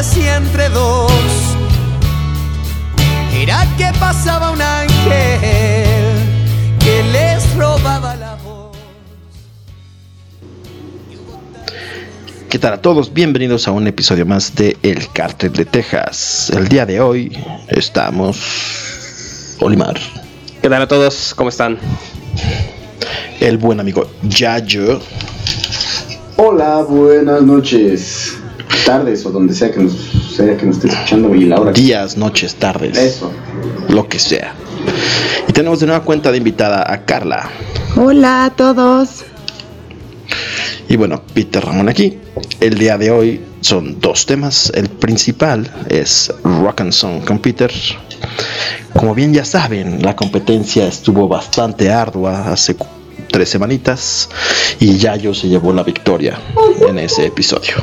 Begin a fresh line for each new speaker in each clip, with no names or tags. historia entre dos. Era que pasaba un ángel que les robaba la voz.
¿Qué tal a todos? Bienvenidos a un episodio más de El Cártel de Texas. El día de hoy estamos Olimar,
¿Qué tal a todos? ¿Cómo están?
el buen amigo Yayo,
Hola, buenas noches, tardes o donde sea que nos sea que nos esté escuchando y la hora. que-
días, noches, tardes,
Eso.
lo que sea. Y tenemos de nueva cuenta de invitada a Carla.
Hola a todos.
Y bueno, Peter Ramón aquí. El día de hoy son dos temas. El principal es Rock and Song con Peter. Como bien ya saben, la competencia estuvo bastante ardua hace cu- tres semanitas y Yayo se llevó la victoria en ese episodio.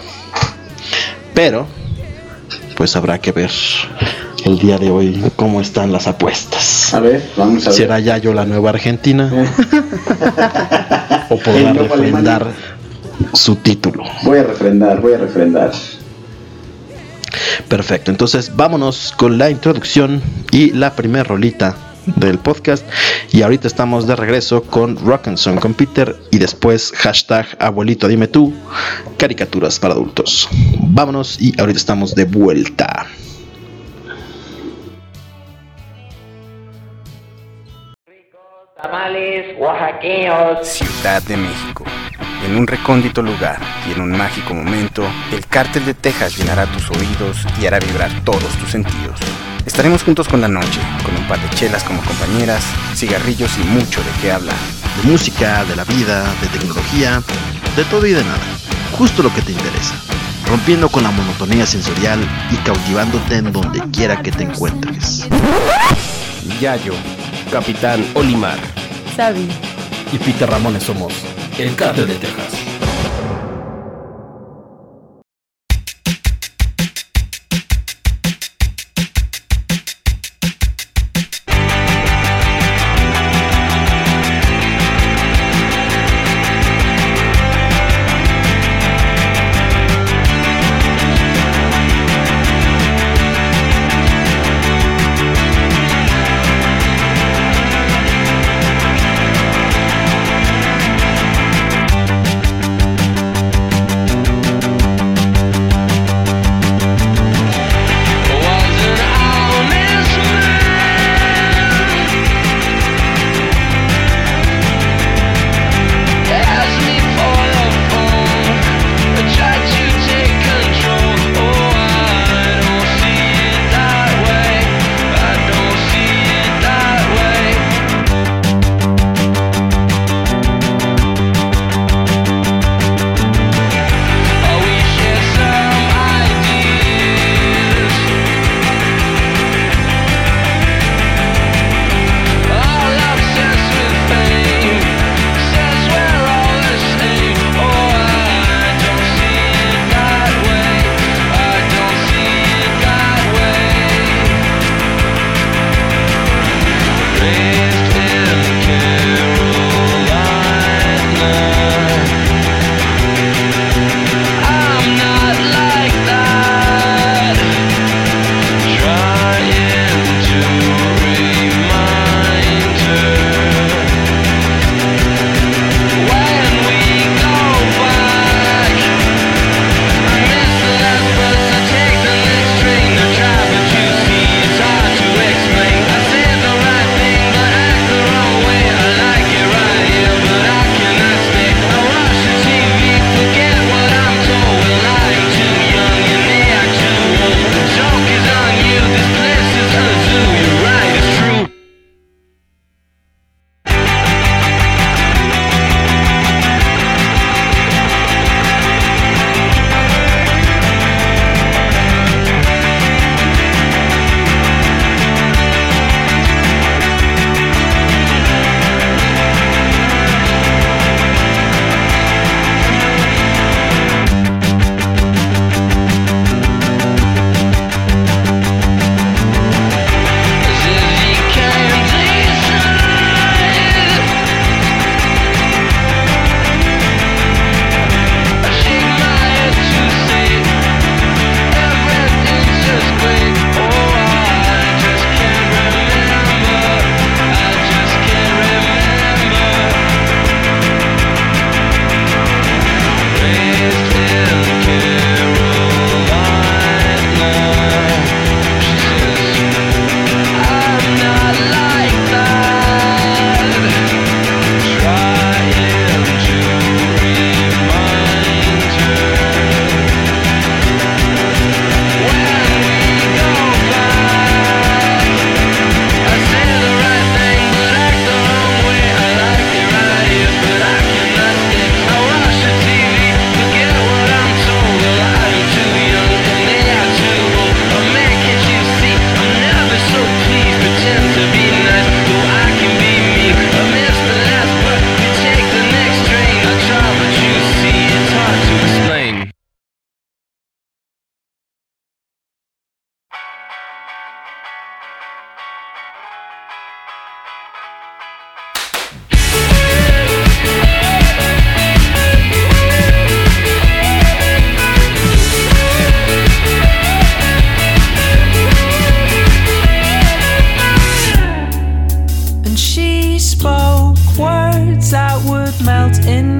Pero, pues habrá que ver el día de hoy cómo están las apuestas.
A ver, vamos a ver.
¿Será Yayo la nueva Argentina o podrá
El nuevo Alemania.
refrendar su título?
Voy a refrendar, voy a refrendar.
Perfecto, entonces vámonos con la introducción y la primera rolita del podcast. Y ahorita estamos de regreso con Rock and Song con Peter y después hashtag abuelito dime tú, caricaturas para adultos. Vámonos y ahorita estamos de vuelta.
Tamales oaxaqueños.
Ciudad de México. En un recóndito lugar y en un mágico momento, el cártel de Texas llenará tus oídos y hará vibrar todos tus sentidos. Estaremos juntos con la noche, con un par de chelas como compañeras, cigarrillos y mucho de qué hablar.
De música, de la vida, de tecnología, de todo y de nada. Justo lo que te interesa. Rompiendo con la monotonía sensorial y cautivándote en donde quiera que te encuentres.
Yayo, Capitán Olimar
Sabi.
y Peter Ramones somos el Cártel de Texas.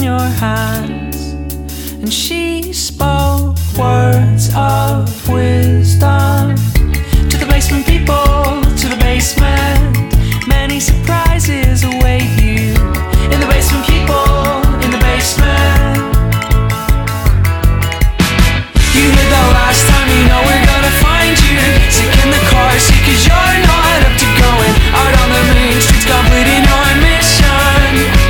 hands, and she spoke words of wisdom to the basement people, to the basement. Many surprises await you in the basement, people, in the basement. You hit the last time, you know we're gonna find you. Sick in the car, see, cause you're not up to going out on the main streets, completing your mission.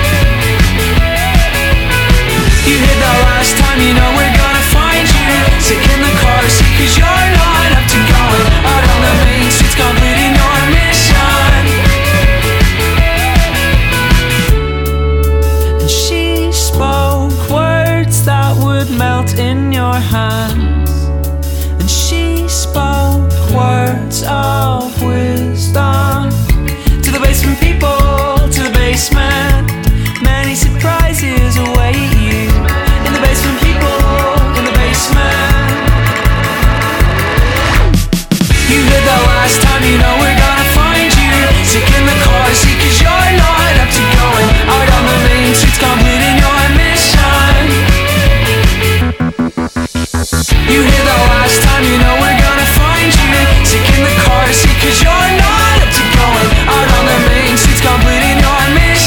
You hit the last time, you know we're gonna find you. Sick in the car, see, cause you're not up to going out on the main streets, completing your mission. And she spoke words that would melt in your hands. And she spoke words of wisdom to the basement people, to the basement. Many surprises await you in the basement, people, in the basement. You hid the last time, you know we're gonna find you. Sick in the car, see, cause you're not up to going. Out on the main streets, completing your mission. You hid the last time, you know we're gonna find you. Sick in the car, see, cause you're not up to going. Out on the main streets, completing your mission.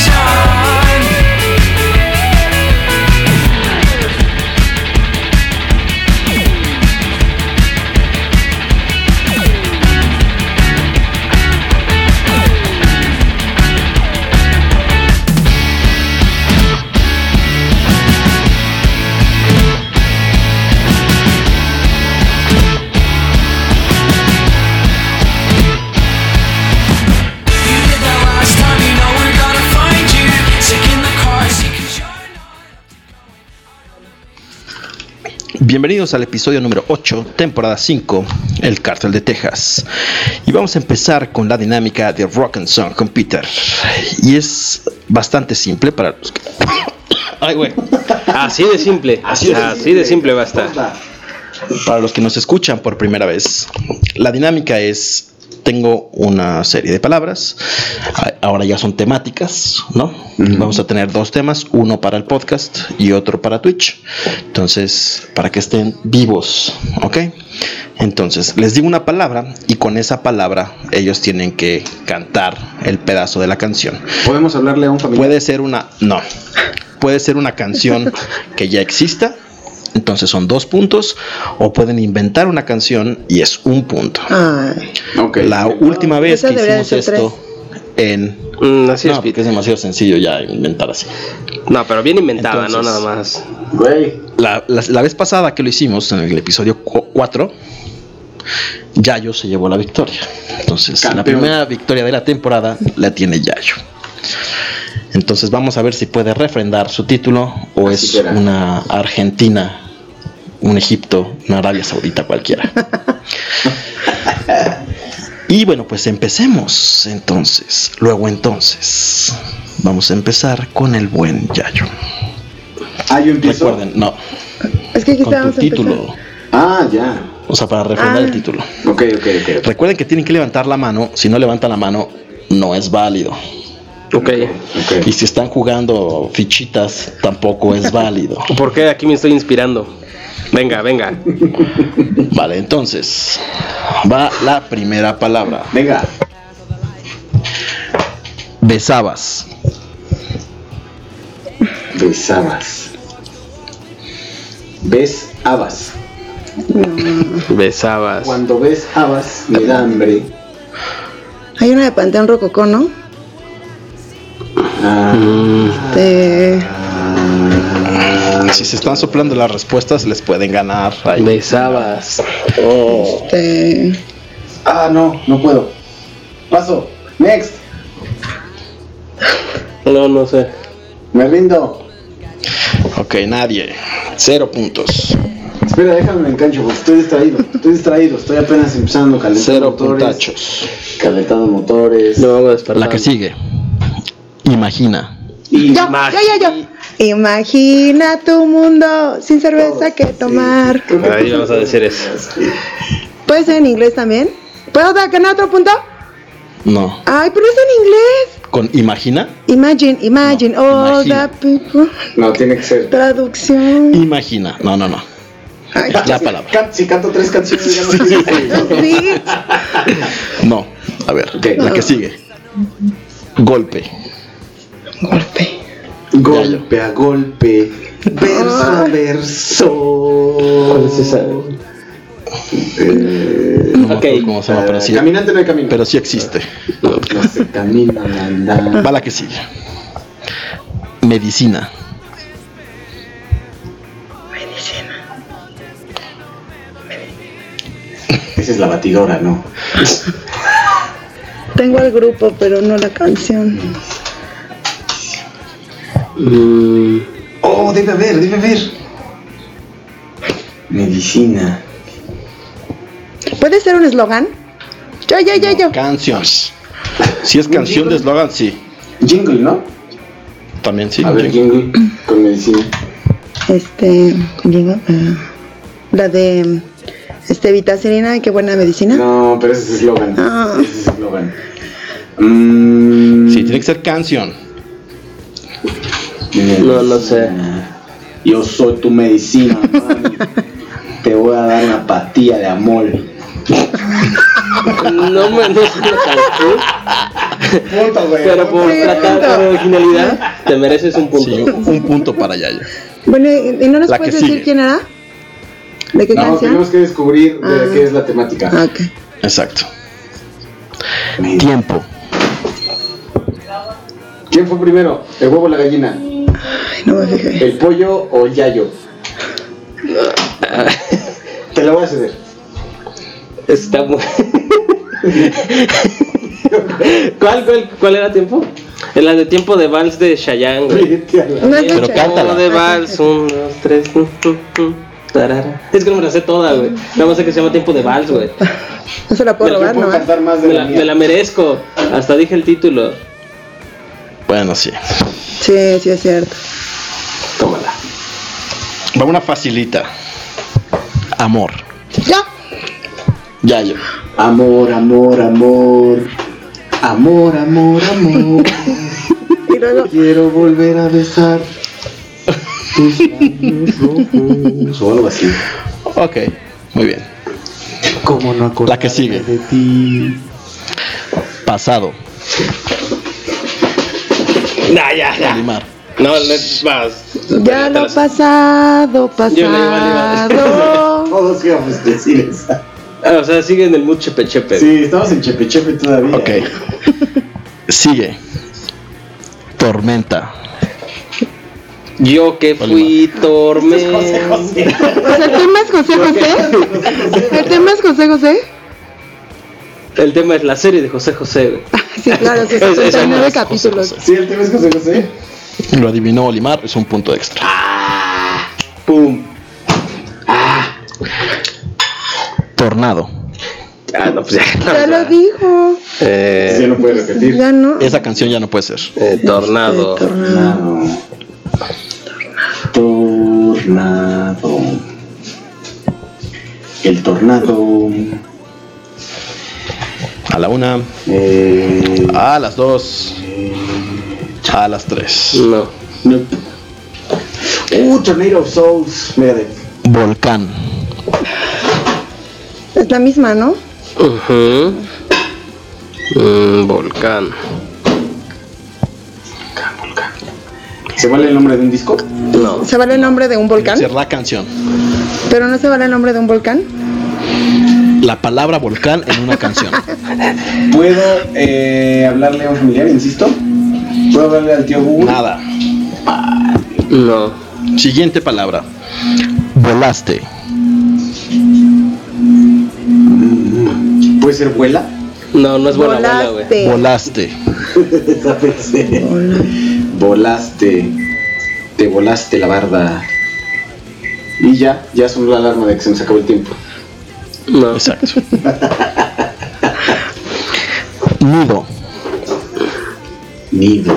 You hid the last time, you know we're gonna find you. Sick in the car, see, cause you're not.
Bienvenidos al episodio número 8, temporada 5, El Cártel de Texas. Y vamos a empezar con la dinámica de Rock and Song con Peter. Y es bastante simple para los que... Ay, güey.
Así de simple. Así de, simple va a estar.
Ponla.
Para los que nos escuchan por primera vez, la dinámica es, tengo una serie de palabras, a- ahora ya son temáticas, ¿no? Vamos a tener dos temas, uno para el podcast y otro para Twitch. Entonces, para que estén vivos, ¿ok? Entonces, les digo una palabra y con esa palabra ellos tienen que cantar el pedazo de la canción.
Podemos hablarle a un familiar.
Puede ser una. No. Puede ser una canción que ya exista. Entonces son dos puntos. O pueden inventar una canción y es un punto.
Ay,
Ok.
La última vez
Ah, Esa
que
debería de
hicimos
ser
esto en.
Mm, así
no,
es,
porque
Peter.
es demasiado sencillo ya inventar así.
No, pero bien inventada,
Entonces-
¿no? Nada más.
Güey.
La, la- la vez pasada que lo hicimos, en el episodio 4, Yayo se llevó la victoria. Entonces, la
Campeón.
primera victoria de la temporada la tiene Yayo. Entonces, vamos a ver si puede refrendar su título o
Así
es
será.
una Argentina, un Egipto, una Arabia Saudita cualquiera. y bueno, pues empecemos entonces. Luego entonces, vamos a empezar con el buen Yayo.
Ah, yo empiezo.
Recuerden, no,
es que aquí
con
estábamos
tu título.
Ah, ya.
O sea, para refrendar
Ah.
el título.
Ok, ok, ok.
Recuerden que tienen que levantar la mano. Si no levantan la mano, no es válido.
Ok.
Y
Ok.
si están jugando fichitas, tampoco es válido.
¿Por qué aquí me estoy inspirando? Venga, venga.
Vale, entonces va la primera palabra.
Venga.
Besabas.
Besabas. Ves habas.
Besabas.
Cuando ves habas, me da hambre.
Hay una de Panteón Rococó, ¿no?
Ah,
De-
Si se están soplando las respuestas, les pueden ganar. Ay,
Besabas.
de-
ah, no, no puedo. Paso. Next.
No, no sé.
Me rindo.
Ok, nadie. Cero puntos.
Espera, déjame me engancho porque estoy distraído. Estoy distraído. Estoy apenas empezando calentando
Cero
motores.
puntachos.
Calentando motores.
No vamos a despertar.
La que sigue. Imagina.
Y
Yo, yo, yo, yo. Imagina tu mundo sin cerveza que tomar.
Ahí vamos a decir eso.
¿Puede ser en inglés también? ¿Puedo dar ganar otro punto?
No.
Ay, pero es en inglés.
con Imagina.
Imagine, imagine, all
imagina.
the people.
No, tiene que ser.
Traducción.
Imagina. No, no, no.
Ay,
La palabra.
Can- si canto tres canciones, ya no quiero decir.
sí.
No. A ver,
Ok.
la que sigue. Golpe.
Golpe.
Golpe a golpe, verso a verso.
¿Cuál es esa?
Eh,
No me
Ok.
acuerdo cómo se llama, pero sí,
Caminante no hay camino.
pero sí existe.
No se camina, anda.
Va la que sigue. Medicina.
Esa es la batidora, ¿no?
Tengo al grupo, pero no la canción.
Oh, debe haber, debe haber. Medicina.
¿Puede ser un eslogan? Yo, yo, yo, yo.
Canción. Si es canción de eslogan, sí.
Jingle, ¿no?
También sí.
A ver, jingle con medicina.
Este. digo, ah, la de. Este, Vitacilina, qué buena medicina.
No, pero ese es eslogan.
Ah.
Ese es eslogan. Mm,
Sí, tiene que ser canción.
No lo sé.
Yo soy tu medicina, mami. Te voy a dar una pastilla de amor.
No me no sé lo canté,
Punto, güey.
pero por
Sí,
tratar
punto.
de originalidad, te mereces un punto.
Sí, un un punto para Yayo.
Bueno, ¿y y no nos
La que
puedes decir
sigue.
quién era? ¿De qué
No,
canción?
tenemos que descubrir de
Ah.
qué es la temática.
Ah, ok.
Exacto. Tiempo.
¿Quién fue primero? ¿El huevo o la gallina?
Ay, no me
Eh,
fijé.
¿El pollo o el yayo? Te la voy a ceder.
Está muy... ¿Cuál, cuál, ¿Cuál era tiempo? En la de tiempo de vals de Chayanne, güey.
Vete a la-
No es de
Pero
Chayanne.
cántala.
Tiempo de vals, un, dos, tres. mm, mm, mm, tarara. Es que no me la sé toda, güey. Nada más sé que se llama tiempo de vals, güey.
No se la puedo
Yo
robar,
puedo
¿no? eh?
cantar más de
Me
la
la, me la
mía.
merezco. Hasta dije el título.
Bueno, sí.
Sí, sí, es cierto.
Tómala.
Va una facilita. Amor.
¡Ya!
Yayo.
Amor, amor, amor. Amor, amor, amor.
Y luego,
Quiero volver a besar tus labios rojos. O algo así.
Ok. Muy bien.
¿Cómo no acordarme
La que sigue.
de ti?
Pasado.
Nah, ya, ya.
Limar.
No, le- vas.
ya lo pasado,
Yo le iba, le iba.
pasado.
Todos íbamos a decir esa.
Ah, O sea, sigue en el mucho chepe chepe.
Sí, estamos en Chepe Chepe todavía.
Ok. Sigue. Tormenta.
Yo que fui
José,
tormento.
José.
O sea, el tema es José José. El tema es José José.
El tema es la serie de José José, güey.
Sí, claro, sí,
Es- es-
69
es-
capítulos.
Sí, el tema es José José.
Lo adivinó Olimar, es un punto extra.
Pum.
Tornado.
Ah, no, pues ya.
Ya lo dijo.
Sí,
Eh,
no puede repetir.
Ya no.
Esa canción ya no puede ser.
eh, tornado.
Tornado.
Tornado. Tornado. El tornado.
A la una,
Eh,
a las dos, a las tres.
No.
no. Uh, Tornado of Souls. Megadeth.
Volcán.
Es la misma, ¿no?
Ujú. Mm, volcán.
¿Se vale el nombre de un disco?
No.
Se vale el nombre de un volcán,
Ser la canción.
pero no se vale el nombre de un volcán.
La palabra volcán en una canción.
¿Puedo eh, hablarle a un familiar, insisto? ¿Puedo hablarle al tío Google?
Nada.
No.
Siguiente palabra. Volaste.
¿Puede ser vuela?
No, no es buena abuela, güey.
Volaste.
Volaste.
Esa pensé.
Vola-
Volaste. Te volaste la barda. Y ya, ya sonó la alarma de que se nos acabó el tiempo.
No.
Exacto. Nudo.
Nido.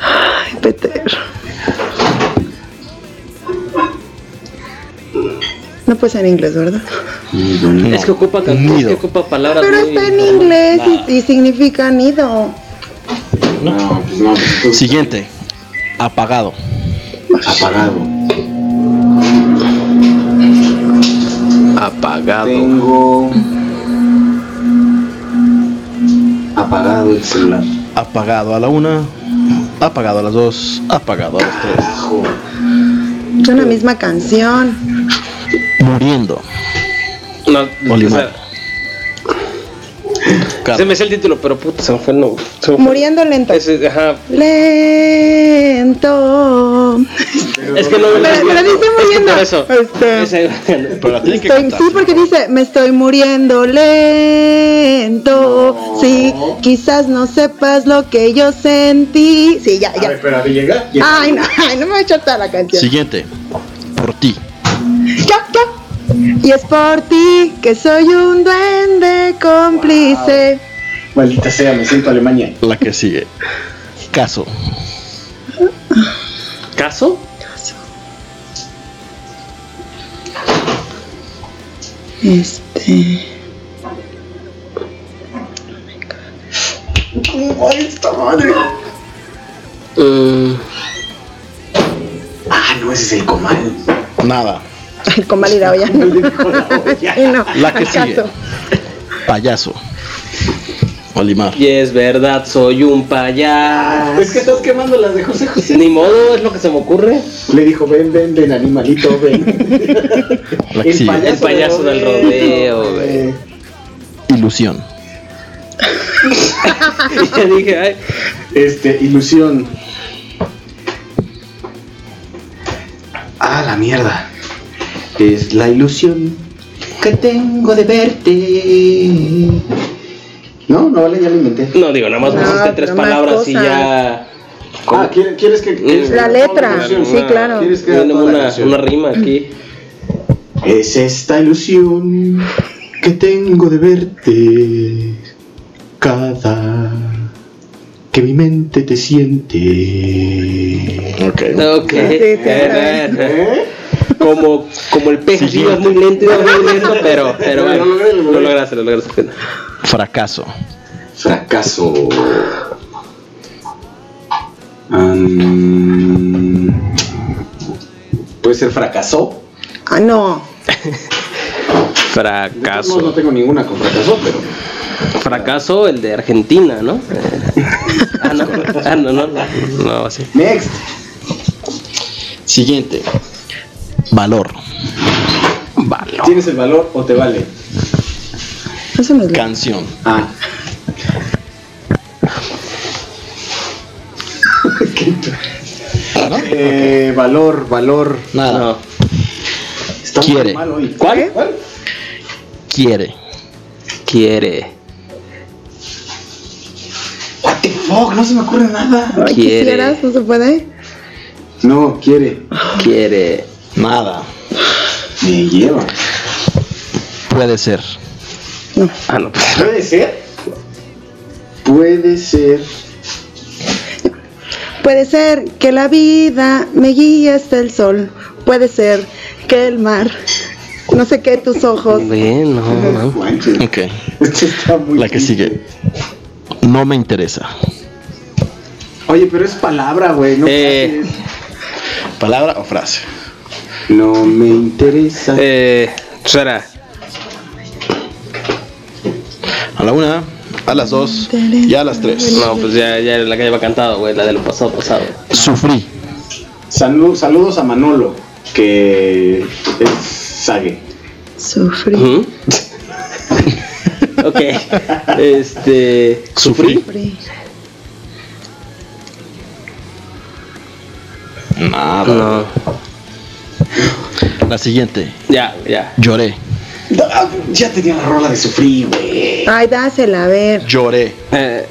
Ay, Peter. No puede ser en inglés, ¿verdad?
Nido, nido.
Es que ocupa can-
Nido.
es que ocupa palabras
Pero
muy-
está en inglés y, y significa nido.
¿no?
No, pues no. pues tú-
Siguiente. Apagado.
Apagado.
Apagado.
Tengo. Apagado el celular.
Apagado a la una. Apagado a las dos. Apagado a las tres.
Ajo.
Es una misma canción.
Muriendo.
No, o
Olimar.
sea, se me es el título, pero puta, se me fue el nombre. Se me fue-
Muriendo lento.
Ese, ajá.
Lento.
Es que no me
Pero, pero dice muriendo.
Por eso.
Este,
Ese-
Pero la tienen que
estoy-
cantar.
sí, porque dice, me estoy muriendo lento. Sí, quizás no sepas lo que yo sentí. Sí, ya, ya.
pero a Villegas.
Ay, no, ay, no me voy a echar toda la canción.
Siguiente. Por ti.
Ya, ya. Y es por ti que soy un duende cómplice.
Maldita sea, me siento Alemania.
La que sigue. Caso.
¿Caso?
Este.
Ay, esta madre.
Mm,
Ah, no, ese es el comal.
Nada.
Ay, con válida olla. Ay, no,
La que sigue.
acaso.
Payaso. Olimar.
y es verdad, soy un payaso.
Es que estás quemando las de José José.
Ni modo, es lo que se me ocurre.
Le dijo, ven, ven, ven, animalito, ven.
La que sigue.
El payaso del rodeo,
Eh,
güey.
Ilusión.
Y yo dije, ay,
Este, ilusión. Ah, la mierda. Es la ilusión que tengo de verte. No, no vale, ya lo inventé.
no digo, nada más
No,
pusiste tres
pero más
palabras y
cosas.
ya.
Ah, ¿quieres, quieres que.? quieres que
La
haga toda
letra,
canción?
sí, claro.
¿Quieres Mm. que haga
Tiene
toda la
una,
canción?
una rima aquí.
Es esta ilusión que tengo de verte cada que mi mente te siente.
Ok.
Ok.
Sí, sí,
Eh, eh, Como, como el pez, sí, ibas muy lento, ibas muy lento, pero, pero bueno,
Lo logré, lo logré.
lo lograste, lo lograste.
Fracaso.
Fracaso. Am, Mm. Puede ser fracaso.
Ah, no.
No, no
Fracaso.
tengo ninguna con fracaso, pero.
Fracaso el de Argentina, ¿no? ah, no, ah, no, no, no, no, así.
Next.
Siguiente. Valor.
¿Tienes el valor o te vale?
Eso no es la-
Canción.
Ah.
¿No?
Eh, valor, valor.
Nada.
No.
Estamos
Quiere.
mal hoy.
¿Cuál?
¿Cuál?
Quiere.
Quiere.
What the fuck, no se me ocurre nada.
Ay,
quiere.
quisieras, no se puede.
No, quiere.
Quiere.
Nada.
Me lleva.
Puede ser.
Ah, no, pues.
¿Puede ser? Puede ser.
Puede ser que la vida me guíe hasta el sol. Puede ser que el mar no sé qué tus ojos.
Bien, no, no.
Manches,
Ok.
esto está muy
La que
triste.
sigue. No me interesa.
Oye, pero es palabra, güey. No,
Eh.
Palabra o frase.
no me interesa.
Eh, Sara.
A la una, a las dos y a las tres.
No, pues ya, ya la que lleva cantado, güey, la de lo pasado, pasado.
Sufrí.
Salu- saludos a Manolo, que es Sage.
Sufrí.
Ujú. ok. Este.
Sufrí.
Sufrí.
Nada.
No.
La siguiente.
Ya, ya.
Lloré.
Ah, Ya tenía la rola de sufrir, güey.
Ay, dásela, a ver.
Lloré.
Eh,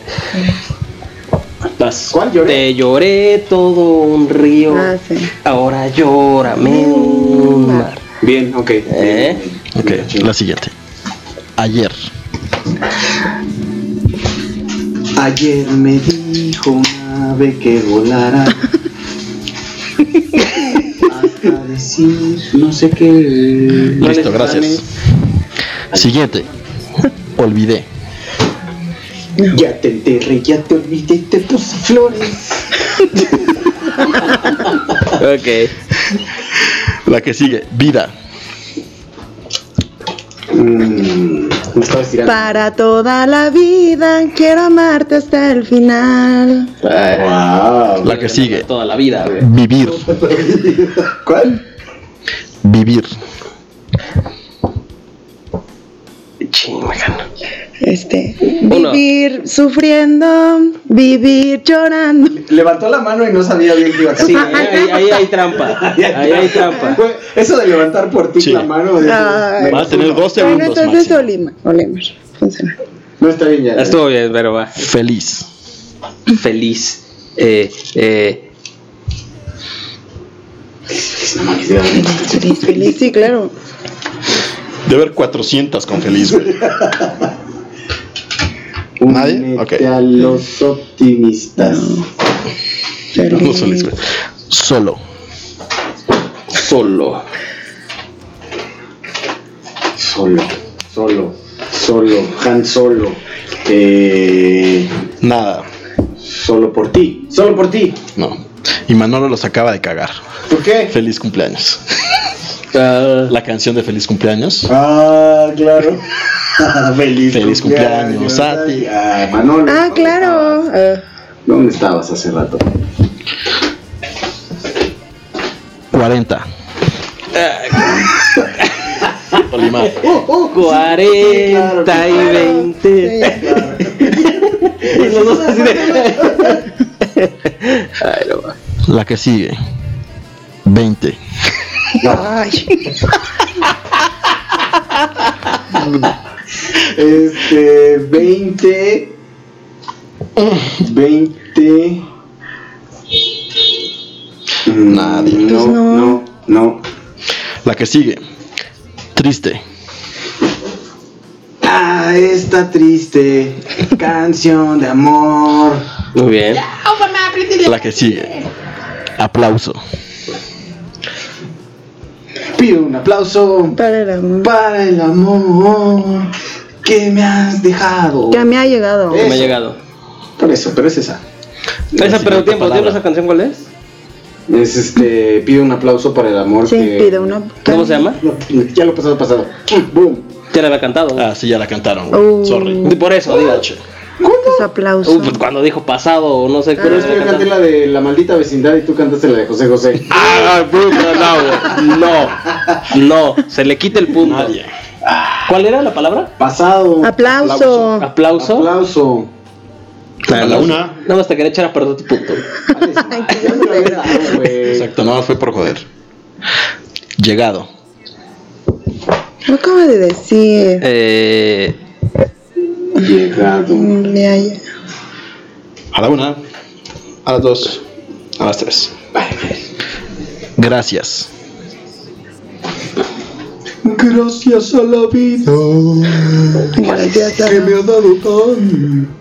vas.
¿Cuál lloré?
Te lloré todo un río.
Ah, Mm. sí.
Ahora llórame un mar.
Bien, ok.
Eh.
Ok. La siguiente. Ayer.
Ayer me dijo una ave que volara. Hasta decir no sé qué.
Listo, gracias. Siguiente. Olvidé.
Ya te enterré, ya te olvidé, te puse flores.
Ok.
La que sigue, vida.
Mm, me estaba estirando.
Para toda la vida quiero amarte hasta el final.
Ay,
Wow.
La que sigue,
Toda la vida, güey.
vivir.
¿Cuál?
Vivir.
Chingan.
Este,
Uno.
vivir sufriendo, vivir llorando.
Levantó la mano y no sabía bien qué iba a
Sí,
hacer.
ahí, ahí hay trampa. Ahí hay trampa.
Fue- Eso de levantar por ti
Sí.
la mano. es-
Ay.
Va a tener dos
Bueno,
segundos.
entonces
máximo.
Olima, Olimar, funciona.
No está bien ya.
Estuvo bien, pero va.
Feliz.
Feliz. Eh, eh.
Feliz, feliz, sí, claro.
Debe haber 400 con feliz, güey. ¿Nadie?
Únete
Ok.
a los optimistas.
Feliz.
No feliz, güey. Solo.
Solo. Solo. Solo. Solo. Han Solo. Eh,
Nada.
solo por ti. Solo por ti.
No. Y Manolo los acaba de cagar.
¿Por qué?
Feliz cumpleaños.
ah,
La canción de feliz cumpleaños.
Ah, claro. Feliz,
Feliz cumpleaños a ti.
Ah, Manolo.
Ah,
¿dónde
claro.
estabas?
Ah,
¿Dónde estabas hace rato?
40. Olimar.
40 y 20.
sí.
Y los dos así de-
La que sigue. 20.
Ay,
Este, 20. 20.
Nadie.
No,
Pues no.
no, no.
La que sigue. Triste.
Ah, esta triste canción de amor.
Muy bien.
La que sigue. Aplauso.
Pido un aplauso
para el amor.
para el amor que me has dejado.
Ya me ha llegado.
Eh.
Me ha llegado.
Por eso, pero es esa.
Esa, pero
siguiente
tiempo, tiempo,
palabra.
esa canción, ¿cuál es?
Es este, pido un aplauso para el amor
Sí,
que.
pido una.
¿Cómo se llama?
No, ya lo pasado, pasado. Mm, Boom.
Ya la había cantado.
Ah, sí, ya la cantaron.
Oh.
güey. Sorry.
Por eso, digo.
Tus
Uh,
aplausos.
pues cuando dijo pasado o no sé qué.
Pero es que yo canté la de la maldita vecindad y tú cantaste la de José José.
Ah, bro, no, güey. no, no, se le quita el punto.
Nadie.
¿Cuál era la palabra?
Pasado.
Aplauso.
¿Aplauso?
Aplauso.
A la una.
Nada más te quería echar a perder tu punto.
Ya me lo habías dado, güey.
Exacto, no fue por joder. Llegado.
Lo acabo de decir.
Eh,
Llegado.
Me ha llegado.
A la una. A las dos. A las tres. Gracias.
Gracias a la vida
Gracias a-
que me ha dado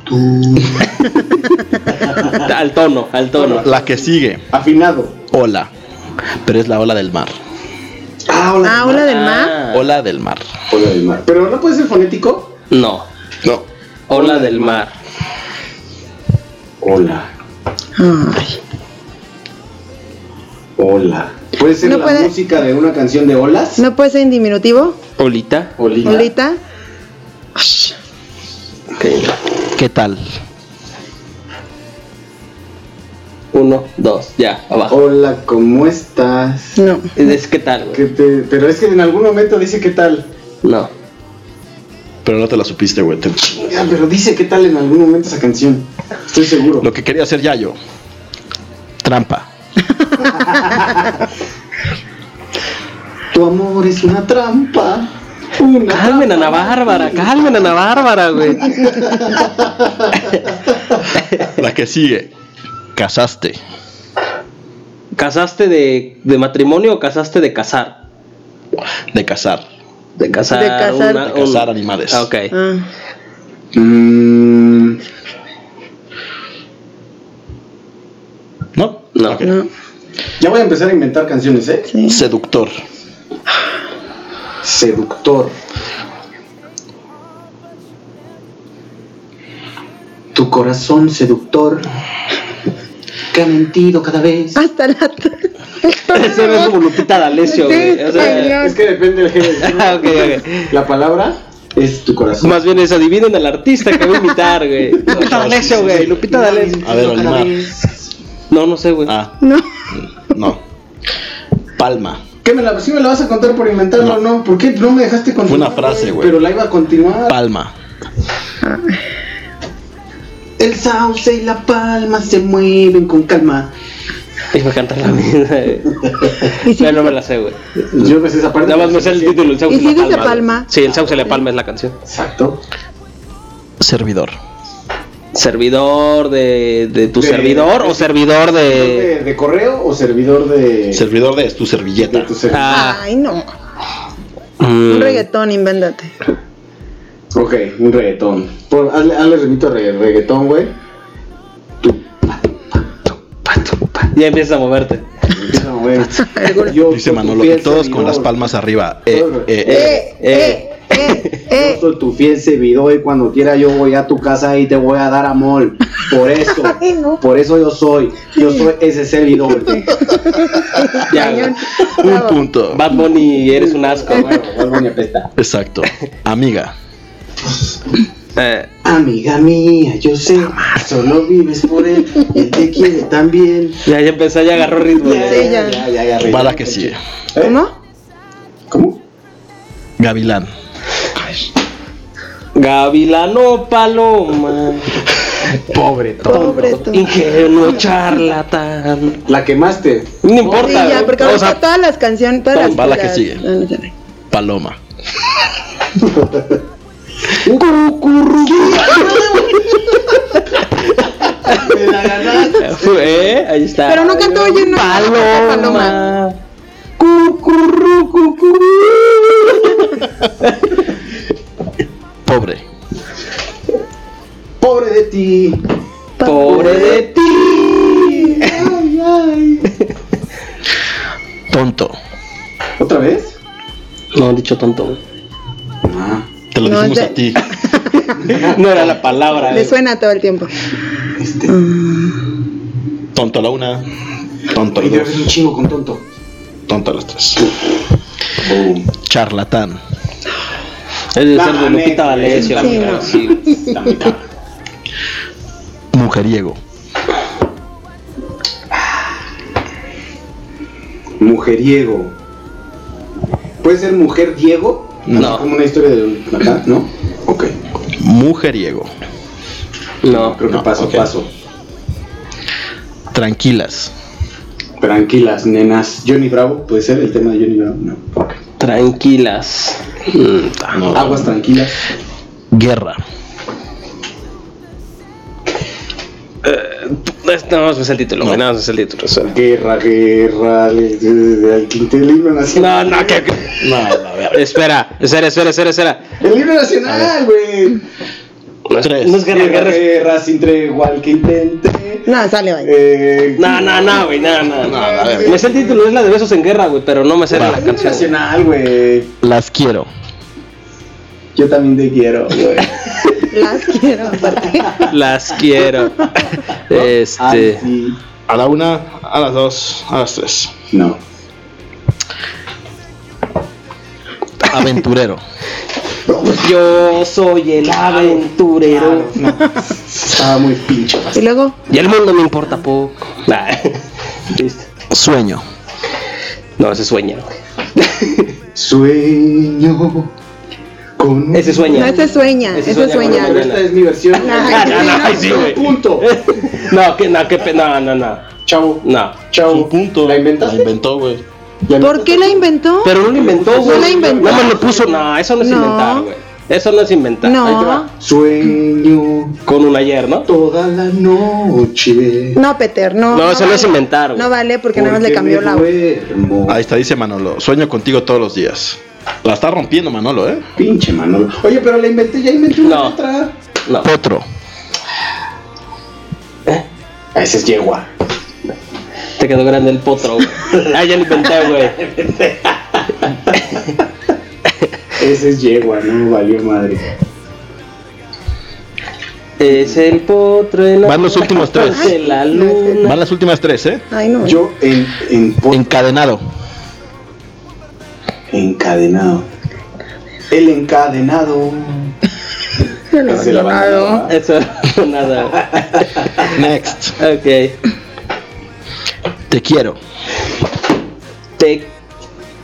tanto.
al tono, al tono.
La que sigue.
Afinado.
Ola. Pero es la ola del mar.
Ah, hola.
Ah, ola del mar.
Ah,
Ola del mar.
Hola del mar. Pero no puede ser fonético.
No,
No.
ola del mar.
Hola.
Ay,
Hola. Puede ser
No
la
puede-
música de una canción de olas.
¿No puede ser en diminutivo?
Olita.
Olita.
Olita.
¿Qué tal?
Uno, dos, ya, abajo.
Hola, ¿cómo estás?
No.
Y dices, ¿Qué tal, güey?
Que te- Pero es que en algún momento dice qué tal.
No.
Pero no te la supiste, güey. Te-
Ya, pero dice qué tal en algún momento esa canción. Estoy seguro.
Lo que quería hacer Yayo. Trampa.
Tu amor es una trampa. Una
Calmen a
trampa.
Ana Bárbara, calmen a Ana Bárbara, güey.
La que sigue. Casaste.
¿Casaste de, de matrimonio o casaste de casar?
De casar.
De casar.
De casar.
una-
De cazar
un-
animales.
Ah, ok.
Ah,
Mm,
¿No?
No.
Ok.
no.
ya voy a empezar a inventar canciones, ¿eh?
Sí.
Seductor.
Seductor. Tu corazón seductor que ha mentido cada vez.
Ah,
Hasta la.
Eso no es como Lupita D'Alessio, güey. O sea,
español.
Es que depende del género.
Ah, ok, ok.
La palabra es tu corazón.
Más bien es adivinen al artista que voy a imitar, güey. Lupita D'Alessio, güey. Lupita D'Alessio.
A ver, Olimar.
No, no sé, güey.
Ah,
No.
no. Palma.
¿Qué me la, si me la vas a contar por inventarlo o no? ¿Por qué no me dejaste continuar?
Fue una frase, güey.
Pero la iba a continuar.
Palma.
El sauce y la palma se mueven con calma.
Y me canta la misma, güey. Pero no me la sé, güey.
Yo me sé esa parte.
Nada más me sé el título, el Sauce
¿Y si
La
dice
Palma.
Palma?
güey. Sí, el Sauce La Palma es la canción.
Exacto.
Servidor.
Servidor de, de tu
De-
servidor o servidor de...
¿De, de correo o servidor de,
Servidor de tu servilleta.
de tu servidor?
Ah,
Ay, no.
mm,
Un reggaetón, invéntate.
Ok, un reggaetón. Por, hazle, hazle remito a regga- reggaetón, güey.
ya empiezas a moverte.
No, güey. Yo
Dice
soy tu
Manolo.
fiel
y todos con
servidor.
las palmas arriba. Eh, eh, eh.
Eh, eh, eh,
Yo
eh.
soy tu fiel servidor y cuando quiera yo voy a tu casa y te voy a dar amor. Por eso,
eh. Ay, no.
por eso yo soy. Yo soy ese servidor.
Ya, güey.
Un punto.
Bad Bunny, eres un asco, güey.
Bueno, vuelvo a mi apesta.
Exacto. Amiga.
Eh,
Amiga mía, yo sé, solo vives por él, él te quiere también.
ya, ya empezó, ya agarró ritmo. güey.
Sí, ya.
ya, ya, ya,
Va la
ya.
que sigue.
¿Eh?
¿Cómo?
¿Cómo?
Gavilán.
Gavilano Paloma,
Pobre.
Pobre tú.
ingenuo charlatán.
La quemaste.
No
Sí,
importa,
ya,
güey.
porque
o
ahorita
sea,
todas las canciones, todas las
va la que
las-
sigue.
no, no sé.
Paloma.
Te la ganaste.
¿eh? Ahí está.
Pero no cantó oye, no.
Paloma.
Paloma.
Cucurru, cucurru.
Pobre.
Pobre de ti.
Pobre de ti.
Tonto.
¿Otra vez?
No, han dicho tonto. güey.
Te lo
No,
dijimos
es de-
a ti.
No era la palabra.
Le
güey.
suena todo el tiempo.
eh.
Tonto a la una. Tonto a
Oye,
la
eres un
dos.
chingo con tonto.
Tonto a las tres. Charlatán.
Es de ser
Dame,
de Lupita
güey,
D'Alessio.
sí,
güey,
no.
sí.
Mujeriego.
Mujeriego. ¿Puede ser mujer Diego?
No.
Como una historia de acá, ¿no? Ok.
Mujeriego.
No.
Creo que
No,
paso a
ok.
paso.
Tranquilas.
Tranquilas, nenas. Johnny Bravo, ¿puede ser el tema de Johnny Bravo? No. Ok.
Tranquilas. Mm, ah.
No.
Aguas tranquilas.
Guerra.
Eh, No, no es el título, güey. No, no es el título. o sea.
Guerra, guerra. le- le- le- El quinto- el himno
No,
nacional.
no, que. que-
No, la verga.
Espera, espera, espera, espera, espera.
El himno nacional, güey.
No es,
Tres.
no es guerra,
Guerra,
guerra. es-
guerra sin tregua al que intente.
No, sale hoy.
Eh,
No, no, no, güey, no, no, no.
la verga.
Me sé el título, es la de besos en guerra, güey, pero no me sé
Va.
la
el himno
canción.
nacional, güey.
Las quiero.
Yo también te quiero, güey.
Las quiero aparte.
Las quiero. Este.
Ay, sí.
A la una, a las dos, a las tres.
No.
Aventurero.
Yo soy el aventurero.
No. Estaba muy pinche.
Y luego,
Y el mundo me importa poco. Nah. Listo.
Sueño.
No, ese sueña.
Sueño con un-
Ese sueña.
no, ese sueña,
Ese
ese
sueña,
sueña.
Pero esta es mi versión.
Nah,
nah, nah, ay, sí, güey.
Punto.
No, que, no, que, pe- no, no, no.
Chavo.
No.
Chavo.
Un punto.
¿La inventaste?
La inventó, güey.
Ya
¿Por
no-
qué la inventó?
Pero no lo inventó, güey.
la inventó.
No me lo puso. No, eso no es
No.
inventar, güey. Eso no es inventar. Ahí te va.
No,
Sueño
Con un ayer, ¿no?
toda la noche.
no, Peter, no.
No, eso no es
vale.
inventar, güey.
No vale porque nada más le cambió la voz.
duermo.
Ahí está, dice Manolo. Sueño contigo todos los días. La está rompiendo Manolo, ¿eh?
Pinche Manolo. Oye, pero la inventé, ya inventé una
No.
letra.
No.
Potro.
Ah, Ese es yegua.
Te quedó grande el potro, güey. Ah, ya lo inventé, güey.
Ese es yegua, no valió madre.
Es el potro de la
Van los últimos tres.
de la luna.
Van las últimas tres, ¿eh?
Ay, no.
Yo en, en po-
Encadenado.
encadenado. El encadenado.
El
Es de la banda
abandonado.
Nada.
Eso no nada.
Next.
Ok.
Te quiero.
Te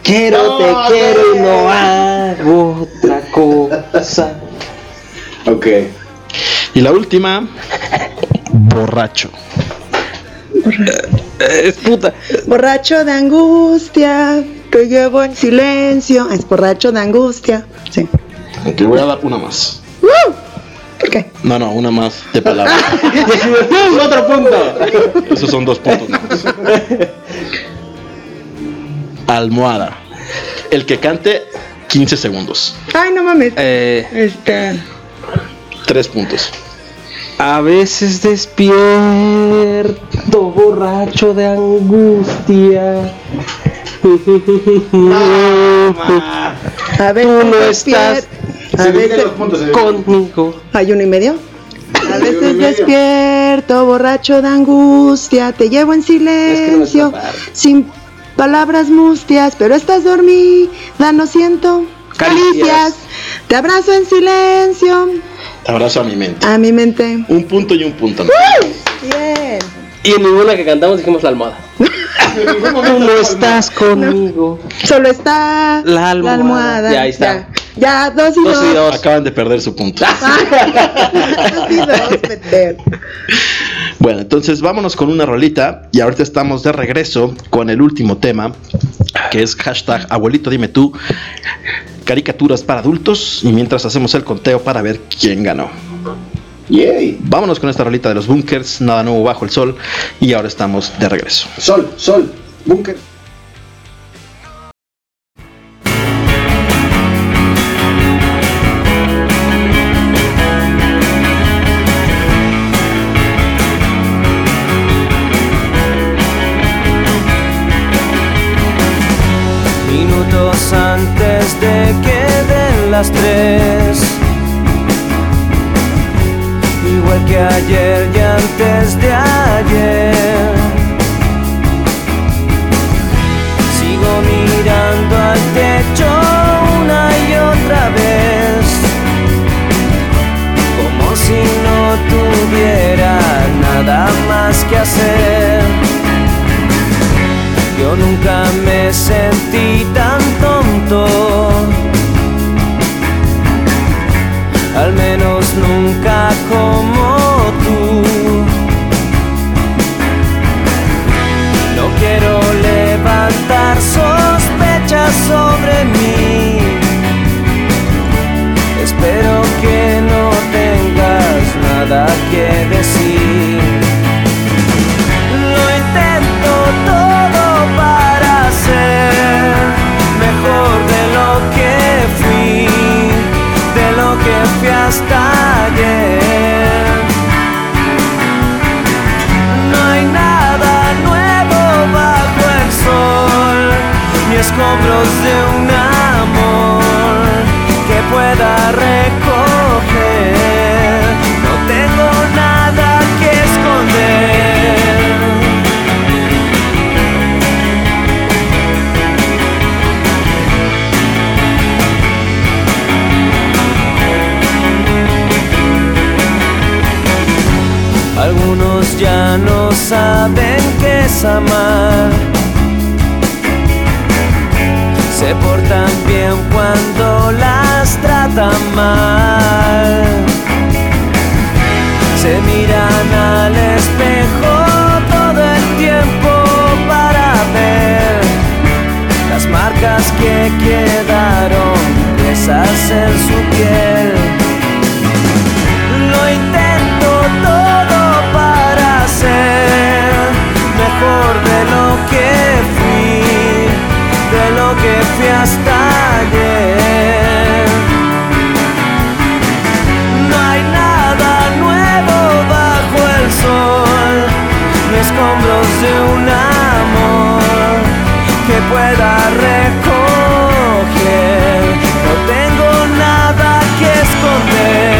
quiero, te quiero y no hago otra cosa.
Ok.
Y la última. Borracho.
Es puta.
Borracho de angustia, te llevo en silencio. Es borracho de angustia. Sí.
Te voy a dar una más.
¡Woo! ¿Por qué?
No, no, una más de palabras.
Pues Otro punto.
Esos son dos puntos más. Almohada. El que cante, 15 segundos.
Ay, no mames.
Eh,
Este.
Tres puntos.
a veces despierto borracho de angustia.
A ver, tú
no estás.
A
Se
este
dividen los
veces.
Pues
puntos. se dividen.
Conmigo.
¿Hay uno y medio? A
Hay uno y
veces
medio.
despierto, borracho de angustia, te llevo en silencio, sin palabras mustias, pero estás dormida, no siento
Caricias.
caricias. Te abrazo en silencio
Abrazo a mi mente.
a mi mente.
Un punto y un punto.
Bien.
Y en ninguna que cantamos dijimos la almohada. Tú no estás conmigo.
Solo está
La almohada. Ya, ahí está.
Ya, ya, dos y dos.
Dos y dos.
Acaban de perder su punto.
Dos y dos, Peter.
Bueno, entonces vámonos con una rolita y ahorita estamos de regreso con el último tema, que es hashtag abuelito dime tú, caricaturas para adultos y mientras hacemos el conteo para ver quién ganó.
Yay.
Vámonos con esta rolita de los bunkers, nada nuevo bajo el sol y ahora estamos de regreso.
Sol, sol. Búnker.
minutos antes de que den las tres. Igual que ayer y antes de ayer. Sigo mirando al techo una y otra vez. Como si no tuviera nada más que hacer. Yo nunca me sentí tan tonto. Al menos nunca como tú. No quiero levantar sospechas sobre mí. Espero que no tengas nada que decir. Lo intento todo para ser mejor de lo que fui, de lo que fui hasta ayer. No hay nada nuevo bajo el sol, ni escombros de un amor que pueda recoger. No tengo nada que esconder. Algunos ya no saben qué es amar. Se portan bien cuando las tratan mal. Se miran al espejo todo el tiempo para ver las marcas que quedaron presas en su piel. Lo intento todo para ser mejor de lo que fui, de lo que fui hasta ayer. No hay nada nuevo bajo el sol, ni escombros de un amor que pueda recoger. No tengo nada que esconder.